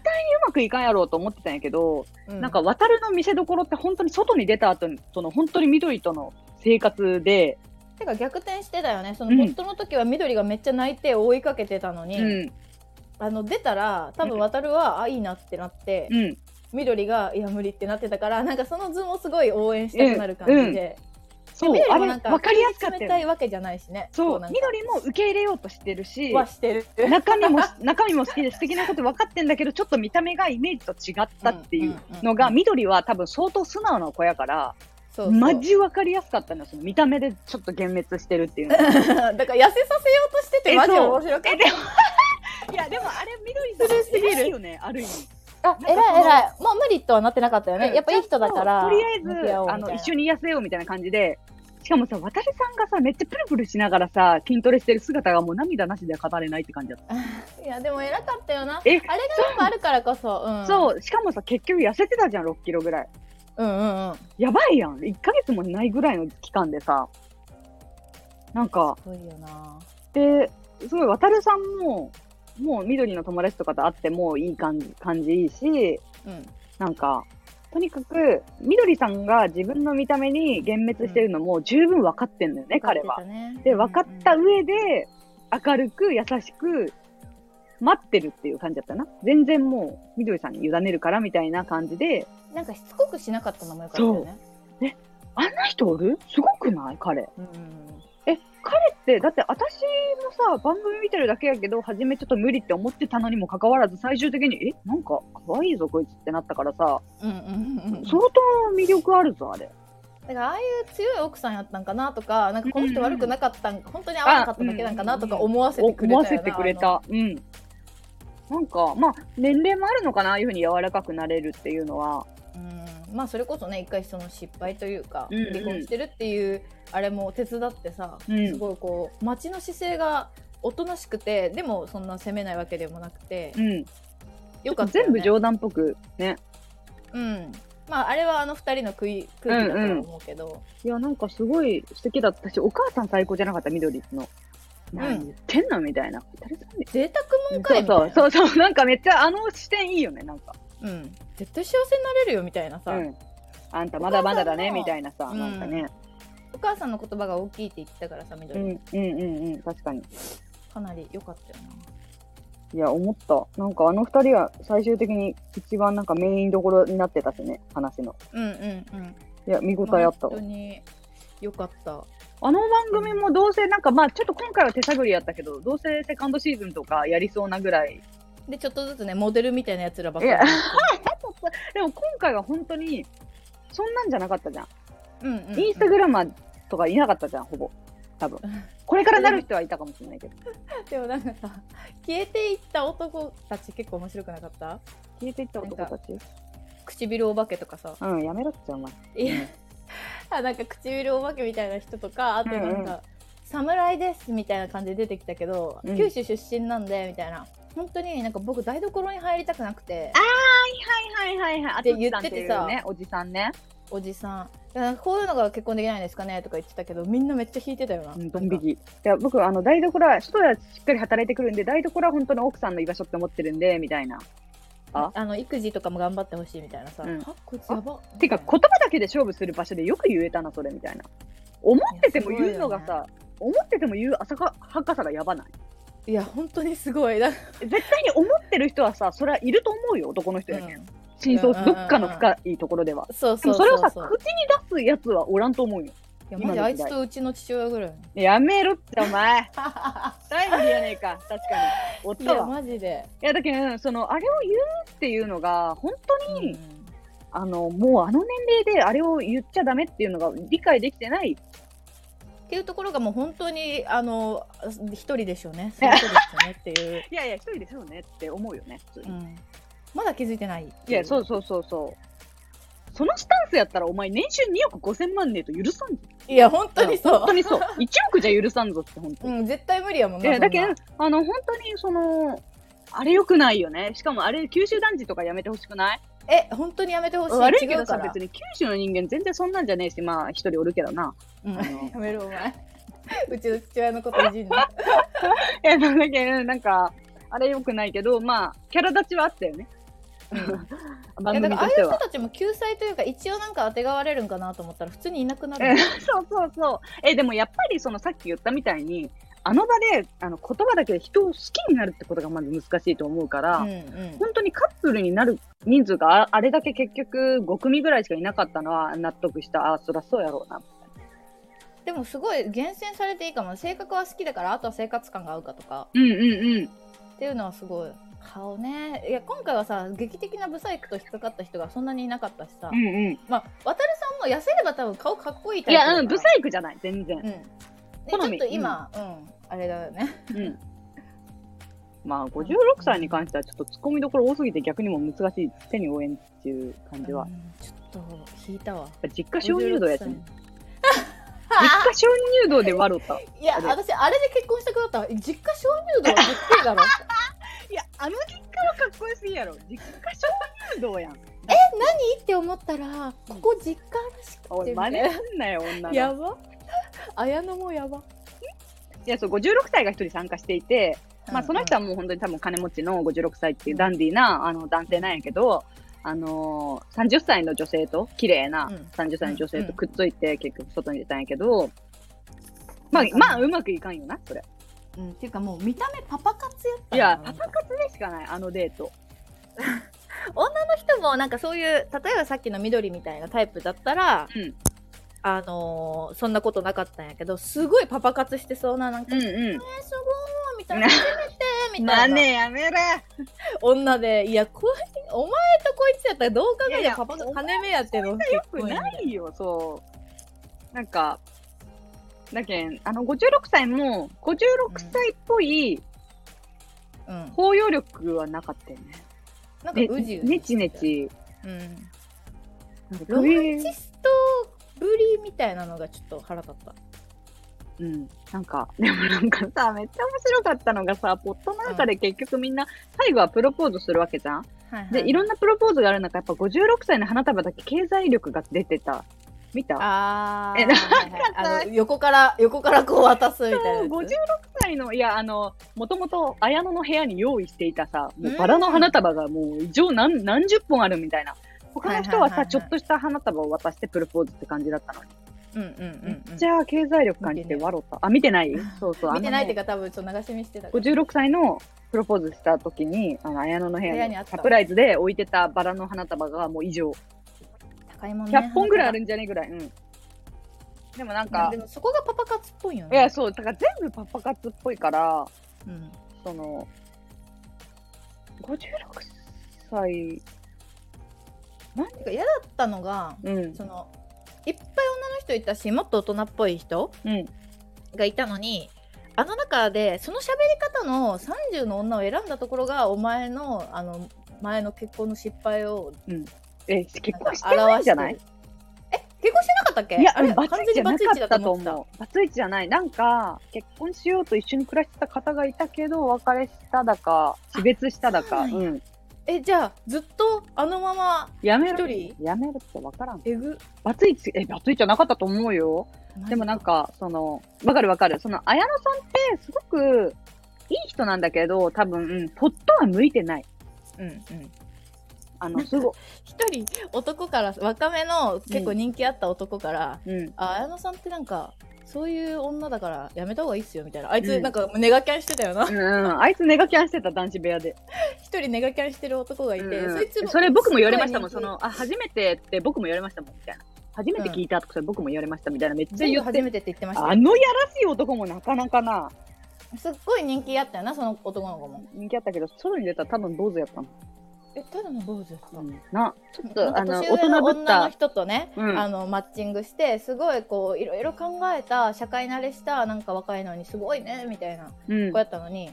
[SPEAKER 1] まくいかんやろうと思ってたんやけど、
[SPEAKER 2] う
[SPEAKER 1] なんか渡るの見せどころって本当に外に出た後に、その本当に緑との生活で、
[SPEAKER 2] てか逆転してたよねそ
[SPEAKER 1] うん
[SPEAKER 2] の夫の時は緑がめっちゃ泣いて追いかけてたの
[SPEAKER 1] う
[SPEAKER 2] に、
[SPEAKER 1] ん、
[SPEAKER 2] あの出たら多
[SPEAKER 1] う
[SPEAKER 2] 分
[SPEAKER 1] ん
[SPEAKER 2] 渡るは、あいいなってなって、
[SPEAKER 1] うん、
[SPEAKER 2] 緑がいや無理ってなってたからなんかその図もすごい応援したくなる感じ
[SPEAKER 1] うんうん
[SPEAKER 2] で、
[SPEAKER 1] そう、
[SPEAKER 2] 緑
[SPEAKER 1] あ
[SPEAKER 2] も
[SPEAKER 1] れ
[SPEAKER 2] なんか
[SPEAKER 1] 分かりやすかった
[SPEAKER 2] 冷
[SPEAKER 1] よ
[SPEAKER 2] た
[SPEAKER 1] ね。
[SPEAKER 2] いわけじゃないしね
[SPEAKER 1] そう、
[SPEAKER 2] なんか
[SPEAKER 1] 緑も受け入れようとしてるし、
[SPEAKER 2] はしてる
[SPEAKER 1] 中身も、中身も好きで素敵なこと分かってんだけど、ちょっと見た目がイメージと違ったっていうのが、
[SPEAKER 2] んんん
[SPEAKER 1] 緑は多分相当素直な子やから、
[SPEAKER 2] そうそう
[SPEAKER 1] マジ分かりやすかったのよその見た目でちょっと幻滅してるっていうの
[SPEAKER 2] だから痩せさせようとしててマジ
[SPEAKER 1] えそう
[SPEAKER 2] 面白かっ
[SPEAKER 1] えでもいやでもあれ緑さん
[SPEAKER 2] 古すぎる
[SPEAKER 1] 偉いよねある意味
[SPEAKER 2] たあ偉い偉いまあ無理とはなってなかったよねやっぱいい人だから
[SPEAKER 1] とりあえ
[SPEAKER 2] 向き
[SPEAKER 1] ず
[SPEAKER 2] 合おうみ
[SPEAKER 1] あ
[SPEAKER 2] たい
[SPEAKER 1] の
[SPEAKER 2] な
[SPEAKER 1] 一緒に痩せようみたいな感じでしかもさ渡さんがさめっちゃプルプルしながらさ筋トレしてる姿がもう涙なしでは語れないって感じだった、
[SPEAKER 2] いやでも偉かったよなあ
[SPEAKER 1] え
[SPEAKER 2] れがやっぱあるからこそ、うん、
[SPEAKER 1] そうしかもさ結局痩せてたじゃん6キロぐらい
[SPEAKER 2] うんうんうんす
[SPEAKER 1] やばいやん1ヶ月もないぐらいの期間でさなんか
[SPEAKER 2] ごいよな
[SPEAKER 1] ですごい渡さんももう緑の友達とかと会ってもういい感じ感じいいし
[SPEAKER 2] うん
[SPEAKER 1] なんか、とにかく、みどりさんが自分の見た目に幻滅してるのも十分分かってんのよね、彼は。で、分かった上で、明るく、優しく、待ってるっていう感じだったな。全然もう、みどりさんに委ねるからみたいな感じで、
[SPEAKER 2] なんかしつこくしなかったのもよかったよね
[SPEAKER 1] あんな人おるすごくない彼。
[SPEAKER 2] うんうん
[SPEAKER 1] え、彼って、だって私もさ、番組見てるだけやけど、初めちょっと無理って思ってたのにもかかわらず、最終的に、え、なんか、可愛いぞ、こいつってなったからさ、
[SPEAKER 2] うんうんうん
[SPEAKER 1] 相当魅力あるぞ、あれ。
[SPEAKER 2] だからああいう強い奥さんやったんかなとかなんかこの人悪くなかったんか、本当に合わなかっただけなんかなとか思わせてくれた
[SPEAKER 1] 思
[SPEAKER 2] よ
[SPEAKER 1] わ
[SPEAKER 2] な
[SPEAKER 1] せてくれた。うん。なんか、まあ、年齢もあるのかな、ああいうふうに柔らかくなれるっていうのは。
[SPEAKER 2] あのうんまあそれこそね一回その失敗というか、
[SPEAKER 1] うんうん
[SPEAKER 2] 離婚してるっていうあれも手伝ってさ、
[SPEAKER 1] うん
[SPEAKER 2] すごいこう街の姿勢がおとなしくてでもそんな責めないわけでもなくて、
[SPEAKER 1] うん。
[SPEAKER 2] よかった
[SPEAKER 1] 全
[SPEAKER 2] よね
[SPEAKER 1] 部冗談っぽく。ね。
[SPEAKER 2] うんまああれはあの二人の食い空気だとは思うけど、
[SPEAKER 1] いや、なんかすごい素敵だったし、お母さん最高じゃなかった、緑の。何言ってんのみたいな。誰さんで
[SPEAKER 2] 贅沢もん
[SPEAKER 1] そ
[SPEAKER 2] かいうみたい
[SPEAKER 1] そ
[SPEAKER 2] な
[SPEAKER 1] う、そうそう、なんかめっちゃあの視点いいよね、なんか。
[SPEAKER 2] うん、絶対幸せになれるよみたいな
[SPEAKER 1] う
[SPEAKER 2] さ、
[SPEAKER 1] ん。あんたまだまだだね、
[SPEAKER 2] お
[SPEAKER 1] み
[SPEAKER 2] 母さんの
[SPEAKER 1] たいなさ、
[SPEAKER 2] うん
[SPEAKER 1] なんかね。
[SPEAKER 2] お母さんの言葉が大きいって言ってたからさ
[SPEAKER 1] う
[SPEAKER 2] 緑、
[SPEAKER 1] ん、うん、うん、うん、確かに。
[SPEAKER 2] かなり良かったよない
[SPEAKER 1] や、思った。なんかあの二人は最終的に一番なんかメインどころになってたしね、話の。
[SPEAKER 2] うんうんうん
[SPEAKER 1] いや、見応えあったわ
[SPEAKER 2] 本当。に良かった。
[SPEAKER 1] あの番組もどうせなんかまあちょっと今回は手探りやったけど、どうせセカンドシーズンとかやりそうなぐらい。
[SPEAKER 2] で、ちょっとずつね、モデルみたいなやつらばっ
[SPEAKER 1] い
[SPEAKER 2] かり
[SPEAKER 1] や。でも今回は本当に、そんなんじゃなかったじゃん。
[SPEAKER 2] うんうんうん
[SPEAKER 1] インスタグラマーとかいなかったじゃん、ほぼ。多分。これからなる人はいたかもしれないけど。
[SPEAKER 2] でもなんかさ消えていった男たち結構面白くなかった
[SPEAKER 1] 消えていった男たち
[SPEAKER 2] 唇お化けとかさ
[SPEAKER 1] うん、やめろって、お前。
[SPEAKER 2] いやあなんか唇お化けみたいな人とかあとなんか、
[SPEAKER 1] うんうん
[SPEAKER 2] 侍ですみたいな感じで出てきたけど、
[SPEAKER 1] うん
[SPEAKER 2] 九州出身なんでみたいな本当になんか僕台所に入りたくなくて
[SPEAKER 1] はいはいはいはい。
[SPEAKER 2] って言ってて
[SPEAKER 1] あと
[SPEAKER 2] さ
[SPEAKER 1] っちんいうね、おじさんね。
[SPEAKER 2] おじさんいやなんかこういうのが結婚できないんですかねとか言ってたけどみんなめっちゃ引いてたよな、
[SPEAKER 1] うんドン引き。いや、僕、あの、台所は、人はしっかり働いてくるんで、台所は本当の奥さんの居場所って思ってるんで、みたいな。
[SPEAKER 2] あの育児とかも頑張ってほしいみたいなさ、
[SPEAKER 1] うん
[SPEAKER 2] はこいつやば
[SPEAKER 1] てか、言葉だけで勝負する場所でよく言えたな、それ、みたいな。思ってても言うのが
[SPEAKER 2] いや
[SPEAKER 1] さ、思ってても言う浅か、はかさがやばない。
[SPEAKER 2] いや本当にすごいだから
[SPEAKER 1] 絶対に思ってる人はさ、それはいると思うよ、男の人やけん。
[SPEAKER 2] うん
[SPEAKER 1] 真相、どっかの深いところでは。
[SPEAKER 2] そう
[SPEAKER 1] で
[SPEAKER 2] そう
[SPEAKER 1] も
[SPEAKER 2] う
[SPEAKER 1] それをさ、
[SPEAKER 2] そう
[SPEAKER 1] 口に出すやつはおらんと思うよ。
[SPEAKER 2] いやマジあいつとうちの父親ぐらい
[SPEAKER 1] やめろって、お 前。大変やねえか、確かに。
[SPEAKER 2] い
[SPEAKER 1] 夫
[SPEAKER 2] や
[SPEAKER 1] は。
[SPEAKER 2] マジで、
[SPEAKER 1] いやだけど、そのあれを言うっていうのが、本当に、
[SPEAKER 2] うん
[SPEAKER 1] あのもうあの年齢であれを言っちゃダメっていうのが理解できてない、
[SPEAKER 2] っていうところがもう本当にあの一人でしょう ね。そういうことですよねっていう。
[SPEAKER 1] いやいや、一人ですよねって思うよね、普通
[SPEAKER 2] う
[SPEAKER 1] に
[SPEAKER 2] ん、まだ気づいてないって
[SPEAKER 1] いや、そううそうそうそう、そのスタンスやったら、お前、年収2億5000万ねえと許さんぞ、
[SPEAKER 2] いや本当にそう。
[SPEAKER 1] ん本当にそう、1億じゃ許さんぞって、本当
[SPEAKER 2] う
[SPEAKER 1] に。
[SPEAKER 2] ん絶対無理やもん
[SPEAKER 1] いや
[SPEAKER 2] な。
[SPEAKER 1] だけど
[SPEAKER 2] そんな、
[SPEAKER 1] あの本当にその、あれよくないよね、しかもあれ、九州男児とかやめてほしくない
[SPEAKER 2] え本当にやめてほしい。
[SPEAKER 1] 悪いけ
[SPEAKER 2] 違
[SPEAKER 1] ど
[SPEAKER 2] うか
[SPEAKER 1] さ、
[SPEAKER 2] ら
[SPEAKER 1] 別。に九州の人間、全然そんなんじゃねえし、まあ、一人おるけどな。
[SPEAKER 2] うん
[SPEAKER 1] あの
[SPEAKER 2] やめろお前。うちの父親のこといじんな。
[SPEAKER 1] いや、なんだっけ、なんか、あれよくないけど、まあ、キャラ立ちはあったよね。
[SPEAKER 2] い
[SPEAKER 1] 番
[SPEAKER 2] やだ
[SPEAKER 1] 組
[SPEAKER 2] から
[SPEAKER 1] と
[SPEAKER 2] ああ
[SPEAKER 1] し
[SPEAKER 2] い
[SPEAKER 1] て
[SPEAKER 2] う人
[SPEAKER 1] は。
[SPEAKER 2] たちも救済というか一応なんか当てがわれるんかなと思ったら普通にいなくな
[SPEAKER 1] え
[SPEAKER 2] る。
[SPEAKER 1] そうそうそう。え、でもやっぱり、その、さっき言ったみたいに、あの場で、あの、言葉だけで人を好きになるってことがまず難しいと思うから、
[SPEAKER 2] うんうん。
[SPEAKER 1] 本当にカップルになる人数がああれだけ結局5組ぐらいしかいなかったのは納得した。あ、そりゃそうやろうな。
[SPEAKER 2] でもすごい厳選されていいかも。性格は好きだからあとは生活感が合うかとか。
[SPEAKER 1] うんうんうん。
[SPEAKER 2] っていうのはすごい顔ねいや今回はさ劇的なブサイクと引っかかった人がそんなにいなかったしさ、
[SPEAKER 1] うんうん。
[SPEAKER 2] まあ渡るさんも痩せれば多分顔かっこいいタ
[SPEAKER 1] い
[SPEAKER 2] イプだか
[SPEAKER 1] や、
[SPEAKER 2] ら
[SPEAKER 1] うん、ブサイクじゃない、全然
[SPEAKER 2] う。んでち
[SPEAKER 1] 好
[SPEAKER 2] ょ
[SPEAKER 1] み
[SPEAKER 2] っと今、うんあれだよね
[SPEAKER 1] うん。まあ、56歳に関しては、ちょっと突っ込みどころ多すぎて、逆にも難しい、手に応援っていう感じは。
[SPEAKER 2] う
[SPEAKER 1] やっ
[SPEAKER 2] んちょっと引いたわ
[SPEAKER 1] ぱ実家鍾乳洞やし、
[SPEAKER 2] 56
[SPEAKER 1] ね、実家
[SPEAKER 2] 歳
[SPEAKER 1] 鍾乳洞で笑った。い
[SPEAKER 2] いや私あれで結婚したくなったわ実家鍾乳洞は絶対だろ
[SPEAKER 1] や、あの実家はかっこよすぎやろ。実家鍾乳洞やん。
[SPEAKER 2] いいって思ったらここ実家らしく
[SPEAKER 1] お
[SPEAKER 2] て
[SPEAKER 1] い、
[SPEAKER 2] みた
[SPEAKER 1] 真
[SPEAKER 2] い
[SPEAKER 1] 似
[SPEAKER 2] な
[SPEAKER 1] すんなよ、女の。い
[SPEAKER 2] や
[SPEAKER 1] や、
[SPEAKER 2] ば綾乃もやば、
[SPEAKER 1] そう、56歳が一人参加していて、まあ、その人はもう本当に多分金持ちの56歳っていうダンディーな、あの、男性なんやけど、あのー、30歳の女性と、綺麗な、
[SPEAKER 2] うん
[SPEAKER 1] 30歳の女性
[SPEAKER 2] うんう
[SPEAKER 1] と
[SPEAKER 2] ん
[SPEAKER 1] くっついて、結局外に出たんやけど、まあ、まあ、うまくいかんよな、それ。
[SPEAKER 2] うん、っていうかもう見た目パパ活やった
[SPEAKER 1] いや
[SPEAKER 2] よ、
[SPEAKER 1] パパ活でしかない、あのデート。
[SPEAKER 2] 女の人もなんかそういう例えばさっきの緑みたいなタイプだったら、
[SPEAKER 1] うん
[SPEAKER 2] あのーそんなことなかったんやけどすごいパパ活してそうななんか「
[SPEAKER 1] うん
[SPEAKER 2] えー、
[SPEAKER 1] う
[SPEAKER 2] すごい」みたいな「初めて」み
[SPEAKER 1] ん。
[SPEAKER 2] たいな、
[SPEAKER 1] やめれ。
[SPEAKER 2] 女で「いやこいお前とこいつやったらどう考
[SPEAKER 1] いや
[SPEAKER 2] え
[SPEAKER 1] い
[SPEAKER 2] て
[SPEAKER 1] や
[SPEAKER 2] もパパと金目やっての
[SPEAKER 1] よくないよ、そう。なんか、だけん、あの、56歳も、56歳っぽい
[SPEAKER 2] うん、
[SPEAKER 1] 包容力はなかったよね。
[SPEAKER 2] なんか
[SPEAKER 1] ね
[SPEAKER 2] うじうじ
[SPEAKER 1] ねちね、ち。
[SPEAKER 2] うん、
[SPEAKER 1] なんか
[SPEAKER 2] ロマン
[SPEAKER 1] 首
[SPEAKER 2] チストぶりみたいなのがちょっと腹立った
[SPEAKER 1] うん。なんか、 でもなんかさ、めっちゃ面白かったのがさ、ポットの中で結局みんな、最後はプロポーズするわけじゃん
[SPEAKER 2] はいはい
[SPEAKER 1] で、いろんなプロポーズがある中、やっぱ56歳の花束だけ経済力が出てた。見た
[SPEAKER 2] あー
[SPEAKER 1] えなん
[SPEAKER 2] はいはいあの横から横からこう渡すみたいなやつ
[SPEAKER 1] 56歳の、いや、あの、もともと綾乃の部屋に用意していたさ、もうバラの花束がもう異常何何十本あるみたいな。他の人は
[SPEAKER 2] はいはいはいは
[SPEAKER 1] さ、
[SPEAKER 2] い
[SPEAKER 1] ちょっとした花束を渡してプロポーズって感じだったのに。
[SPEAKER 2] うんうんうんうん、
[SPEAKER 1] じゃあ、経済力感じて笑った。あ、見てないそうそう。
[SPEAKER 2] 見てないっていう
[SPEAKER 1] か。
[SPEAKER 2] か多分ちょっと流し見してたから
[SPEAKER 1] 56歳のプロポーズした時に、あの、綾乃の部
[SPEAKER 2] 部
[SPEAKER 1] 屋
[SPEAKER 2] 屋
[SPEAKER 1] に
[SPEAKER 2] にあっ
[SPEAKER 1] サ
[SPEAKER 2] た
[SPEAKER 1] プライズで置いてたバラの花束がもう異常。
[SPEAKER 2] 高いもんね
[SPEAKER 1] 100本ぐらいあるんじゃねえぐらい。うん。でもなん
[SPEAKER 2] な
[SPEAKER 1] か
[SPEAKER 2] んかで、もそこがパパ活っぽいよ
[SPEAKER 1] い
[SPEAKER 2] ね
[SPEAKER 1] や、そう、だから全部パパ活っぽいから、
[SPEAKER 2] うん、
[SPEAKER 1] その、56歳、
[SPEAKER 2] てか嫌だったのが
[SPEAKER 1] うん、
[SPEAKER 2] そのいっぱい女の人いたしもっと大人っぽい人
[SPEAKER 1] うん。
[SPEAKER 2] がいたのにあの中でその喋り方の30の女を選んだところがお前のあの前の結婚の失敗を
[SPEAKER 1] え、結婚してな
[SPEAKER 2] な
[SPEAKER 1] ん
[SPEAKER 2] か
[SPEAKER 1] いんじゃない
[SPEAKER 2] え結婚してなかったっけ
[SPEAKER 1] いや、あ
[SPEAKER 2] あれ
[SPEAKER 1] れ、バツイチじゃなかったと
[SPEAKER 2] ってた
[SPEAKER 1] 思う。バツイチじゃない。なんか、結婚しようと一緒に暮らしてた方がいたけど、お別れしただか、死別しただか。
[SPEAKER 2] あそう
[SPEAKER 1] う。
[SPEAKER 2] なんえじゃあずっとあのまま
[SPEAKER 1] やめ
[SPEAKER 2] 一
[SPEAKER 1] る。
[SPEAKER 2] 人
[SPEAKER 1] やめるってわからん。
[SPEAKER 2] えぐ
[SPEAKER 1] バツイチ、え、バツイチじゃなかったと思うよ。でもなんか、その、わかるわかる。その、綾野さんって、すごく、いい人なんだけど、多分、うん、ポットは向いてない。
[SPEAKER 2] うんうん
[SPEAKER 1] あの、すご
[SPEAKER 2] 一人男から若めの結構人気あった男から、
[SPEAKER 1] い。うん。
[SPEAKER 2] あ綾野さんってなんかそういう女だからやめた方がいいっすよみたいなあいつ
[SPEAKER 1] うん
[SPEAKER 2] なんかネガキャンしてたよな
[SPEAKER 1] うんうん、あいつネガキャンしてた男子部屋で。
[SPEAKER 2] 一人ネガキャンしてる男がいて、
[SPEAKER 1] うん
[SPEAKER 2] そいつも
[SPEAKER 1] それ僕も言われましたもん、
[SPEAKER 2] す
[SPEAKER 1] そ
[SPEAKER 2] ごい人気
[SPEAKER 1] の、あ、初めてって僕も言われましたもん、みたいな。初めて聞いたとか、それ僕も言われましたみたいな、めっちゃ
[SPEAKER 2] 全部
[SPEAKER 1] 言っ
[SPEAKER 2] 初
[SPEAKER 1] て
[SPEAKER 2] めてって言ってました
[SPEAKER 1] あ
[SPEAKER 2] よ
[SPEAKER 1] のやらしい男もなかなかな、
[SPEAKER 2] すっごい人気あったよなその男の子も
[SPEAKER 1] 人気あったけど、外に出たら多分坊主やったの。
[SPEAKER 2] えただの坊主だった、
[SPEAKER 1] な、ちょっと、あの、
[SPEAKER 2] 年
[SPEAKER 1] 大
[SPEAKER 2] 上の
[SPEAKER 1] 人ぶっ
[SPEAKER 2] 女の
[SPEAKER 1] た。
[SPEAKER 2] 人とね、
[SPEAKER 1] うん
[SPEAKER 2] あのマッチングしてすごいこういろいろ考えた社会慣れしたなんか若いのにすごいねみたいな
[SPEAKER 1] うん
[SPEAKER 2] こう。やったのに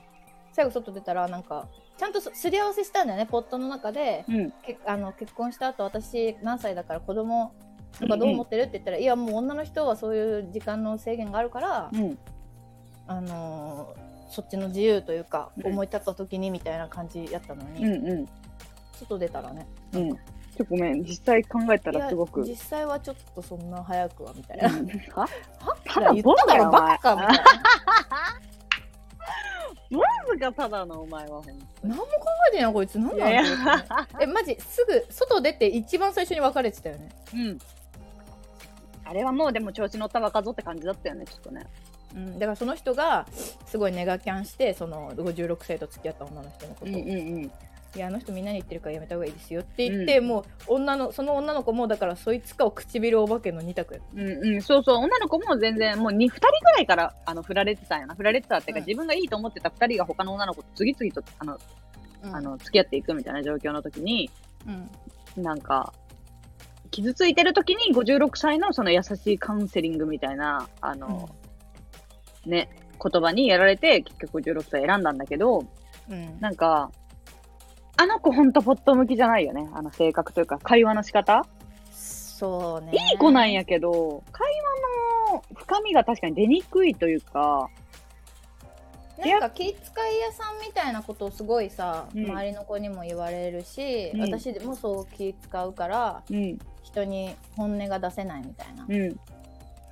[SPEAKER 2] 最後外出たらなんかちゃんとすすり合わせしたんだよねポットの中で
[SPEAKER 1] うん。
[SPEAKER 2] けあの結婚した後私何歳だから子供とかどう思ってるって言ったら、いやもう女の人はそういう時間の制限があるから、
[SPEAKER 1] うん。
[SPEAKER 2] あのーそっちの自由というか、
[SPEAKER 1] うん
[SPEAKER 2] 思い立った時にみたいな感じやったのに、
[SPEAKER 1] うん。うん。
[SPEAKER 2] 外出たらね
[SPEAKER 1] うん。ちょ、ごめん。実際考えた
[SPEAKER 2] いや
[SPEAKER 1] らすごく。
[SPEAKER 2] 実際はちょっとそんな早くはみたいな、
[SPEAKER 1] うんは
[SPEAKER 2] は
[SPEAKER 1] ただ
[SPEAKER 2] 言っただろ
[SPEAKER 1] ボロだよお前
[SPEAKER 2] バカみたいな
[SPEAKER 1] まずがただのお前は。
[SPEAKER 2] 何も考えてんやんこいつ何
[SPEAKER 1] い
[SPEAKER 2] なん
[SPEAKER 1] やいや
[SPEAKER 2] だろうってねえマジすぐ外出て一番最初に別れてたよね
[SPEAKER 1] うん。あれはもうでも調子乗った若造って感じだったよね、ちょっとね。
[SPEAKER 2] うん、だからその人がすごいネガキャンしてその56歳と付き合った女の人のこと、い
[SPEAKER 1] うん。
[SPEAKER 2] やあの人みんなに言ってるからやめた方がいいですよって言って、もう女のその女の子もだからそいつかを唇お化けの2択やった
[SPEAKER 1] うんうん、そうそう、女の子も全然、もう 2, 二人ぐらいからあの振られてたんやな、振られてたっていうか、
[SPEAKER 2] うん
[SPEAKER 1] 自分がいいと思ってた2人が他の女の子と次々とあの、あ、の付き合っていくみたいな状況の時に、
[SPEAKER 2] うん
[SPEAKER 1] なんか、傷ついてる時に56歳のその優しいカウンセリングみたいな、あの、ね、言葉にやられて、結局56歳選んだんだけど、
[SPEAKER 2] うん、
[SPEAKER 1] なんか、あの子ほんとポット向きじゃないよね、あの性格というか、会話の仕方。
[SPEAKER 2] そうね
[SPEAKER 1] いい子なんやけど、会話の深みが確かに出にくいというか、
[SPEAKER 2] なんか気遣い屋さんみたいなことをすごいさ、
[SPEAKER 1] うん
[SPEAKER 2] 周りの子にも言われるし、
[SPEAKER 1] うん
[SPEAKER 2] 私もそう気遣うから
[SPEAKER 1] うん、
[SPEAKER 2] 人に本音が出せないみたいな、
[SPEAKER 1] うん、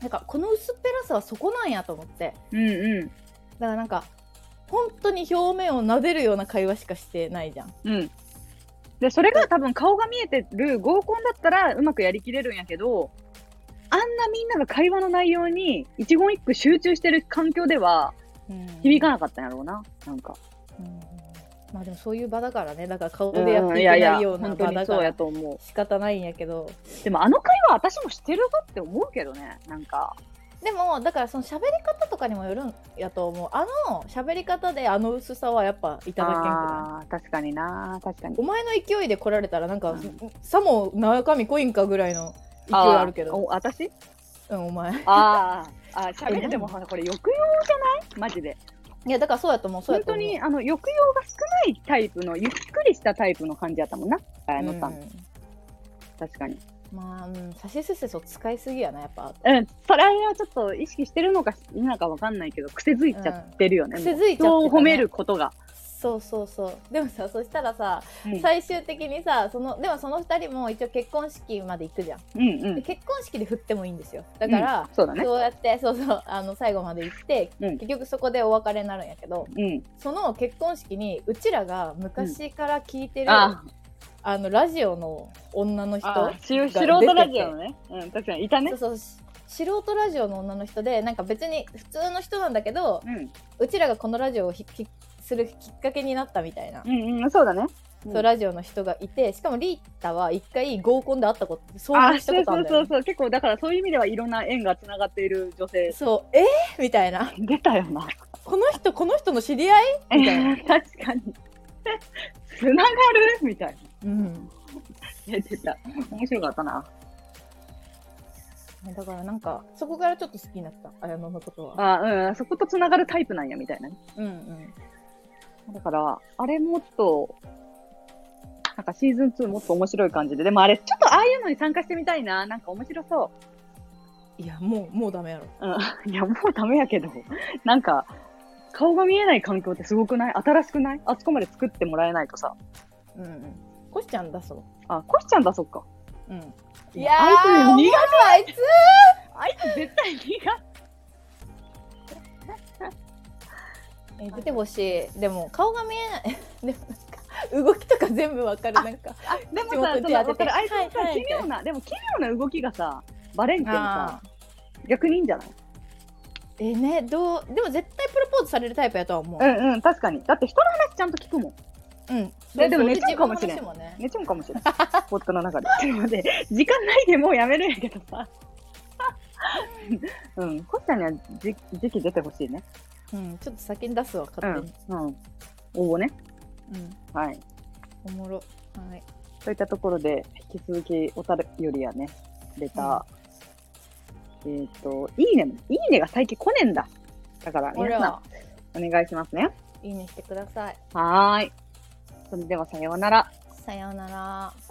[SPEAKER 2] なんかこの薄っぺらさはそこなんやと思って
[SPEAKER 1] うん、う
[SPEAKER 2] だからなんか本当に表面を撫でるような会話しかしてないじゃん
[SPEAKER 1] ん、うん。で、それが多分顔が見えてる合コンだったらうまくやりきれるんやけど、あんなみんなが会話の内容に一言一句集中してる環境では響かなかったんやろうな、なんか。
[SPEAKER 2] うんまあでもそういう場だからねだから顔
[SPEAKER 1] うん
[SPEAKER 2] でやっていけないような
[SPEAKER 1] 本当
[SPEAKER 2] 場
[SPEAKER 1] に
[SPEAKER 2] だ
[SPEAKER 1] そ
[SPEAKER 2] か
[SPEAKER 1] うや
[SPEAKER 2] ら
[SPEAKER 1] と思う。
[SPEAKER 2] 仕方ないんやけど
[SPEAKER 1] でもあの会話私もしてるぞって思うけどね、なんか。
[SPEAKER 2] でもだからその喋り方とかにもよるんやと思うあの喋り方であの薄さはやっぱいただけんくない
[SPEAKER 1] あー確かにな、確かに
[SPEAKER 2] お。前の勢いで来られたらなんか、
[SPEAKER 1] うん
[SPEAKER 2] さも中身コインかぐらいの勢いあるけ
[SPEAKER 1] ー
[SPEAKER 2] ど
[SPEAKER 1] お私
[SPEAKER 2] うんお前
[SPEAKER 1] あーあー、喋ってでもほらこれ抑揚じゃないマジで。
[SPEAKER 2] いやだからそうやと思うそうや
[SPEAKER 1] 本当
[SPEAKER 2] と思う
[SPEAKER 1] にあの抑揚が少ないタイプのゆっくりしたタイプの感じやったもんな綾野さん、
[SPEAKER 2] うん
[SPEAKER 1] 確かに
[SPEAKER 2] まあ、うん、差しすせそ使いすぎやなやっぱ
[SPEAKER 1] うんそれはちょっと意識してるのか否かわかんないけど癖づいちゃってるよね、
[SPEAKER 2] うん
[SPEAKER 1] もう
[SPEAKER 2] 癖づいちゃってたね
[SPEAKER 1] 人を褒めることが、
[SPEAKER 2] そうそうそうでもさそしたらさ、
[SPEAKER 1] うん、うん
[SPEAKER 2] 最終的にさそのでもその2人も一応結婚式まで行くじゃん、
[SPEAKER 1] うん
[SPEAKER 2] で結婚式で振ってもいいんですよだから、
[SPEAKER 1] そうだね
[SPEAKER 2] そうやってそうそうあの最後まで行って、
[SPEAKER 1] うん
[SPEAKER 2] 結局そこでお別れになるんやけど
[SPEAKER 1] うん
[SPEAKER 2] その結婚式にうちらが昔から聞いてる、あ
[SPEAKER 1] あ
[SPEAKER 2] のラジオの女の人
[SPEAKER 1] あし素
[SPEAKER 2] てて
[SPEAKER 1] 人ラジオのね、うん、確かにいたね
[SPEAKER 2] そうそうし素人ラジオの女の人でなんか別に普通の人なんだけど
[SPEAKER 1] うん
[SPEAKER 2] うちらがこのラジオをひきするきっかけになったみたいな
[SPEAKER 1] うんうんそうだねうん
[SPEAKER 2] そうラジオの人がいてしかもリータは一回合コンで会ったこと遭
[SPEAKER 1] あ
[SPEAKER 2] 遇し
[SPEAKER 1] そ
[SPEAKER 2] たこ
[SPEAKER 1] う
[SPEAKER 2] と
[SPEAKER 1] そ
[SPEAKER 2] あるん
[SPEAKER 1] う
[SPEAKER 2] だ
[SPEAKER 1] そ
[SPEAKER 2] よ、
[SPEAKER 1] う
[SPEAKER 2] ね、
[SPEAKER 1] そう結構だからそういう意味ではいろんな縁がつながっている女性
[SPEAKER 2] そうえー、みたいな
[SPEAKER 1] 出たよな
[SPEAKER 2] この人この人の知り合い、みたいな
[SPEAKER 1] 確かに つながるみたいな
[SPEAKER 2] うん、
[SPEAKER 1] 出てた。面白かったな。
[SPEAKER 2] ねだからなんかそこからちょっと好きになった綾乃のことは
[SPEAKER 1] あうん、そことつながるタイプなんや、みたいな。
[SPEAKER 2] うんうん
[SPEAKER 1] だから、あれもっと、なんかシーズン2もっと面白い感じで、でもあれ、ちょっとああいうのに参加してみたいな、なんか面白そ
[SPEAKER 2] いやもうもうダメやろ
[SPEAKER 1] う。うん、いや、もうダメやけど、なんか、顔が見えない環境ってすごくない新しくないあそこまで作ってもらえないとさ。
[SPEAKER 2] うんうんコシちゃん出そ
[SPEAKER 1] あ、コシちゃんだ、そっか。
[SPEAKER 2] ううん
[SPEAKER 1] いやーあいつ苦手
[SPEAKER 2] あいつ
[SPEAKER 1] あいつ絶対苦手。
[SPEAKER 2] え出てほしいでも顔が見えないでもなんか動きとか全部わかるなんか
[SPEAKER 1] でも
[SPEAKER 2] 口元
[SPEAKER 1] さ、
[SPEAKER 2] に
[SPEAKER 1] そ
[SPEAKER 2] 手
[SPEAKER 1] うだ
[SPEAKER 2] 当てて
[SPEAKER 1] わかる。あいつもさ、
[SPEAKER 2] はいはい
[SPEAKER 1] 奇妙な、でも奇妙な動きがさ、バレンティンさ
[SPEAKER 2] あ、
[SPEAKER 1] 逆にいいんじゃない
[SPEAKER 2] えーねどうでも絶対プロポーズされるタイプやとは思う
[SPEAKER 1] うんうん、確かに。だって人の話ちゃんと聞くもん。
[SPEAKER 2] うん、そ
[SPEAKER 1] で
[SPEAKER 2] う
[SPEAKER 1] も
[SPEAKER 2] そう
[SPEAKER 1] 寝
[SPEAKER 2] で
[SPEAKER 1] ちゃうかもしれん
[SPEAKER 2] 自分の話もね
[SPEAKER 1] 寝ちゃうかもしれない。ポットの中で。ちょっと待って、時間ないでもうやめるんやけど さ。うん、コッちゃんにはじ時期出てほしいね。
[SPEAKER 2] うん、ちょっと先に出すわ
[SPEAKER 1] う
[SPEAKER 2] 勝手
[SPEAKER 1] ん
[SPEAKER 2] に、
[SPEAKER 1] うん。応募ね。
[SPEAKER 2] うん、
[SPEAKER 1] はい。
[SPEAKER 2] おもろはい
[SPEAKER 1] そういったところで、引き続きおたるよりやね、レター。えっ、と、いいねも、いいねが最近来ねえんだ。だから、
[SPEAKER 2] ほ
[SPEAKER 1] 皆さ
[SPEAKER 2] ら
[SPEAKER 1] ん、お願いしますね。
[SPEAKER 2] いいねしてください
[SPEAKER 1] はーい。それでは、さようなら。
[SPEAKER 2] さようなら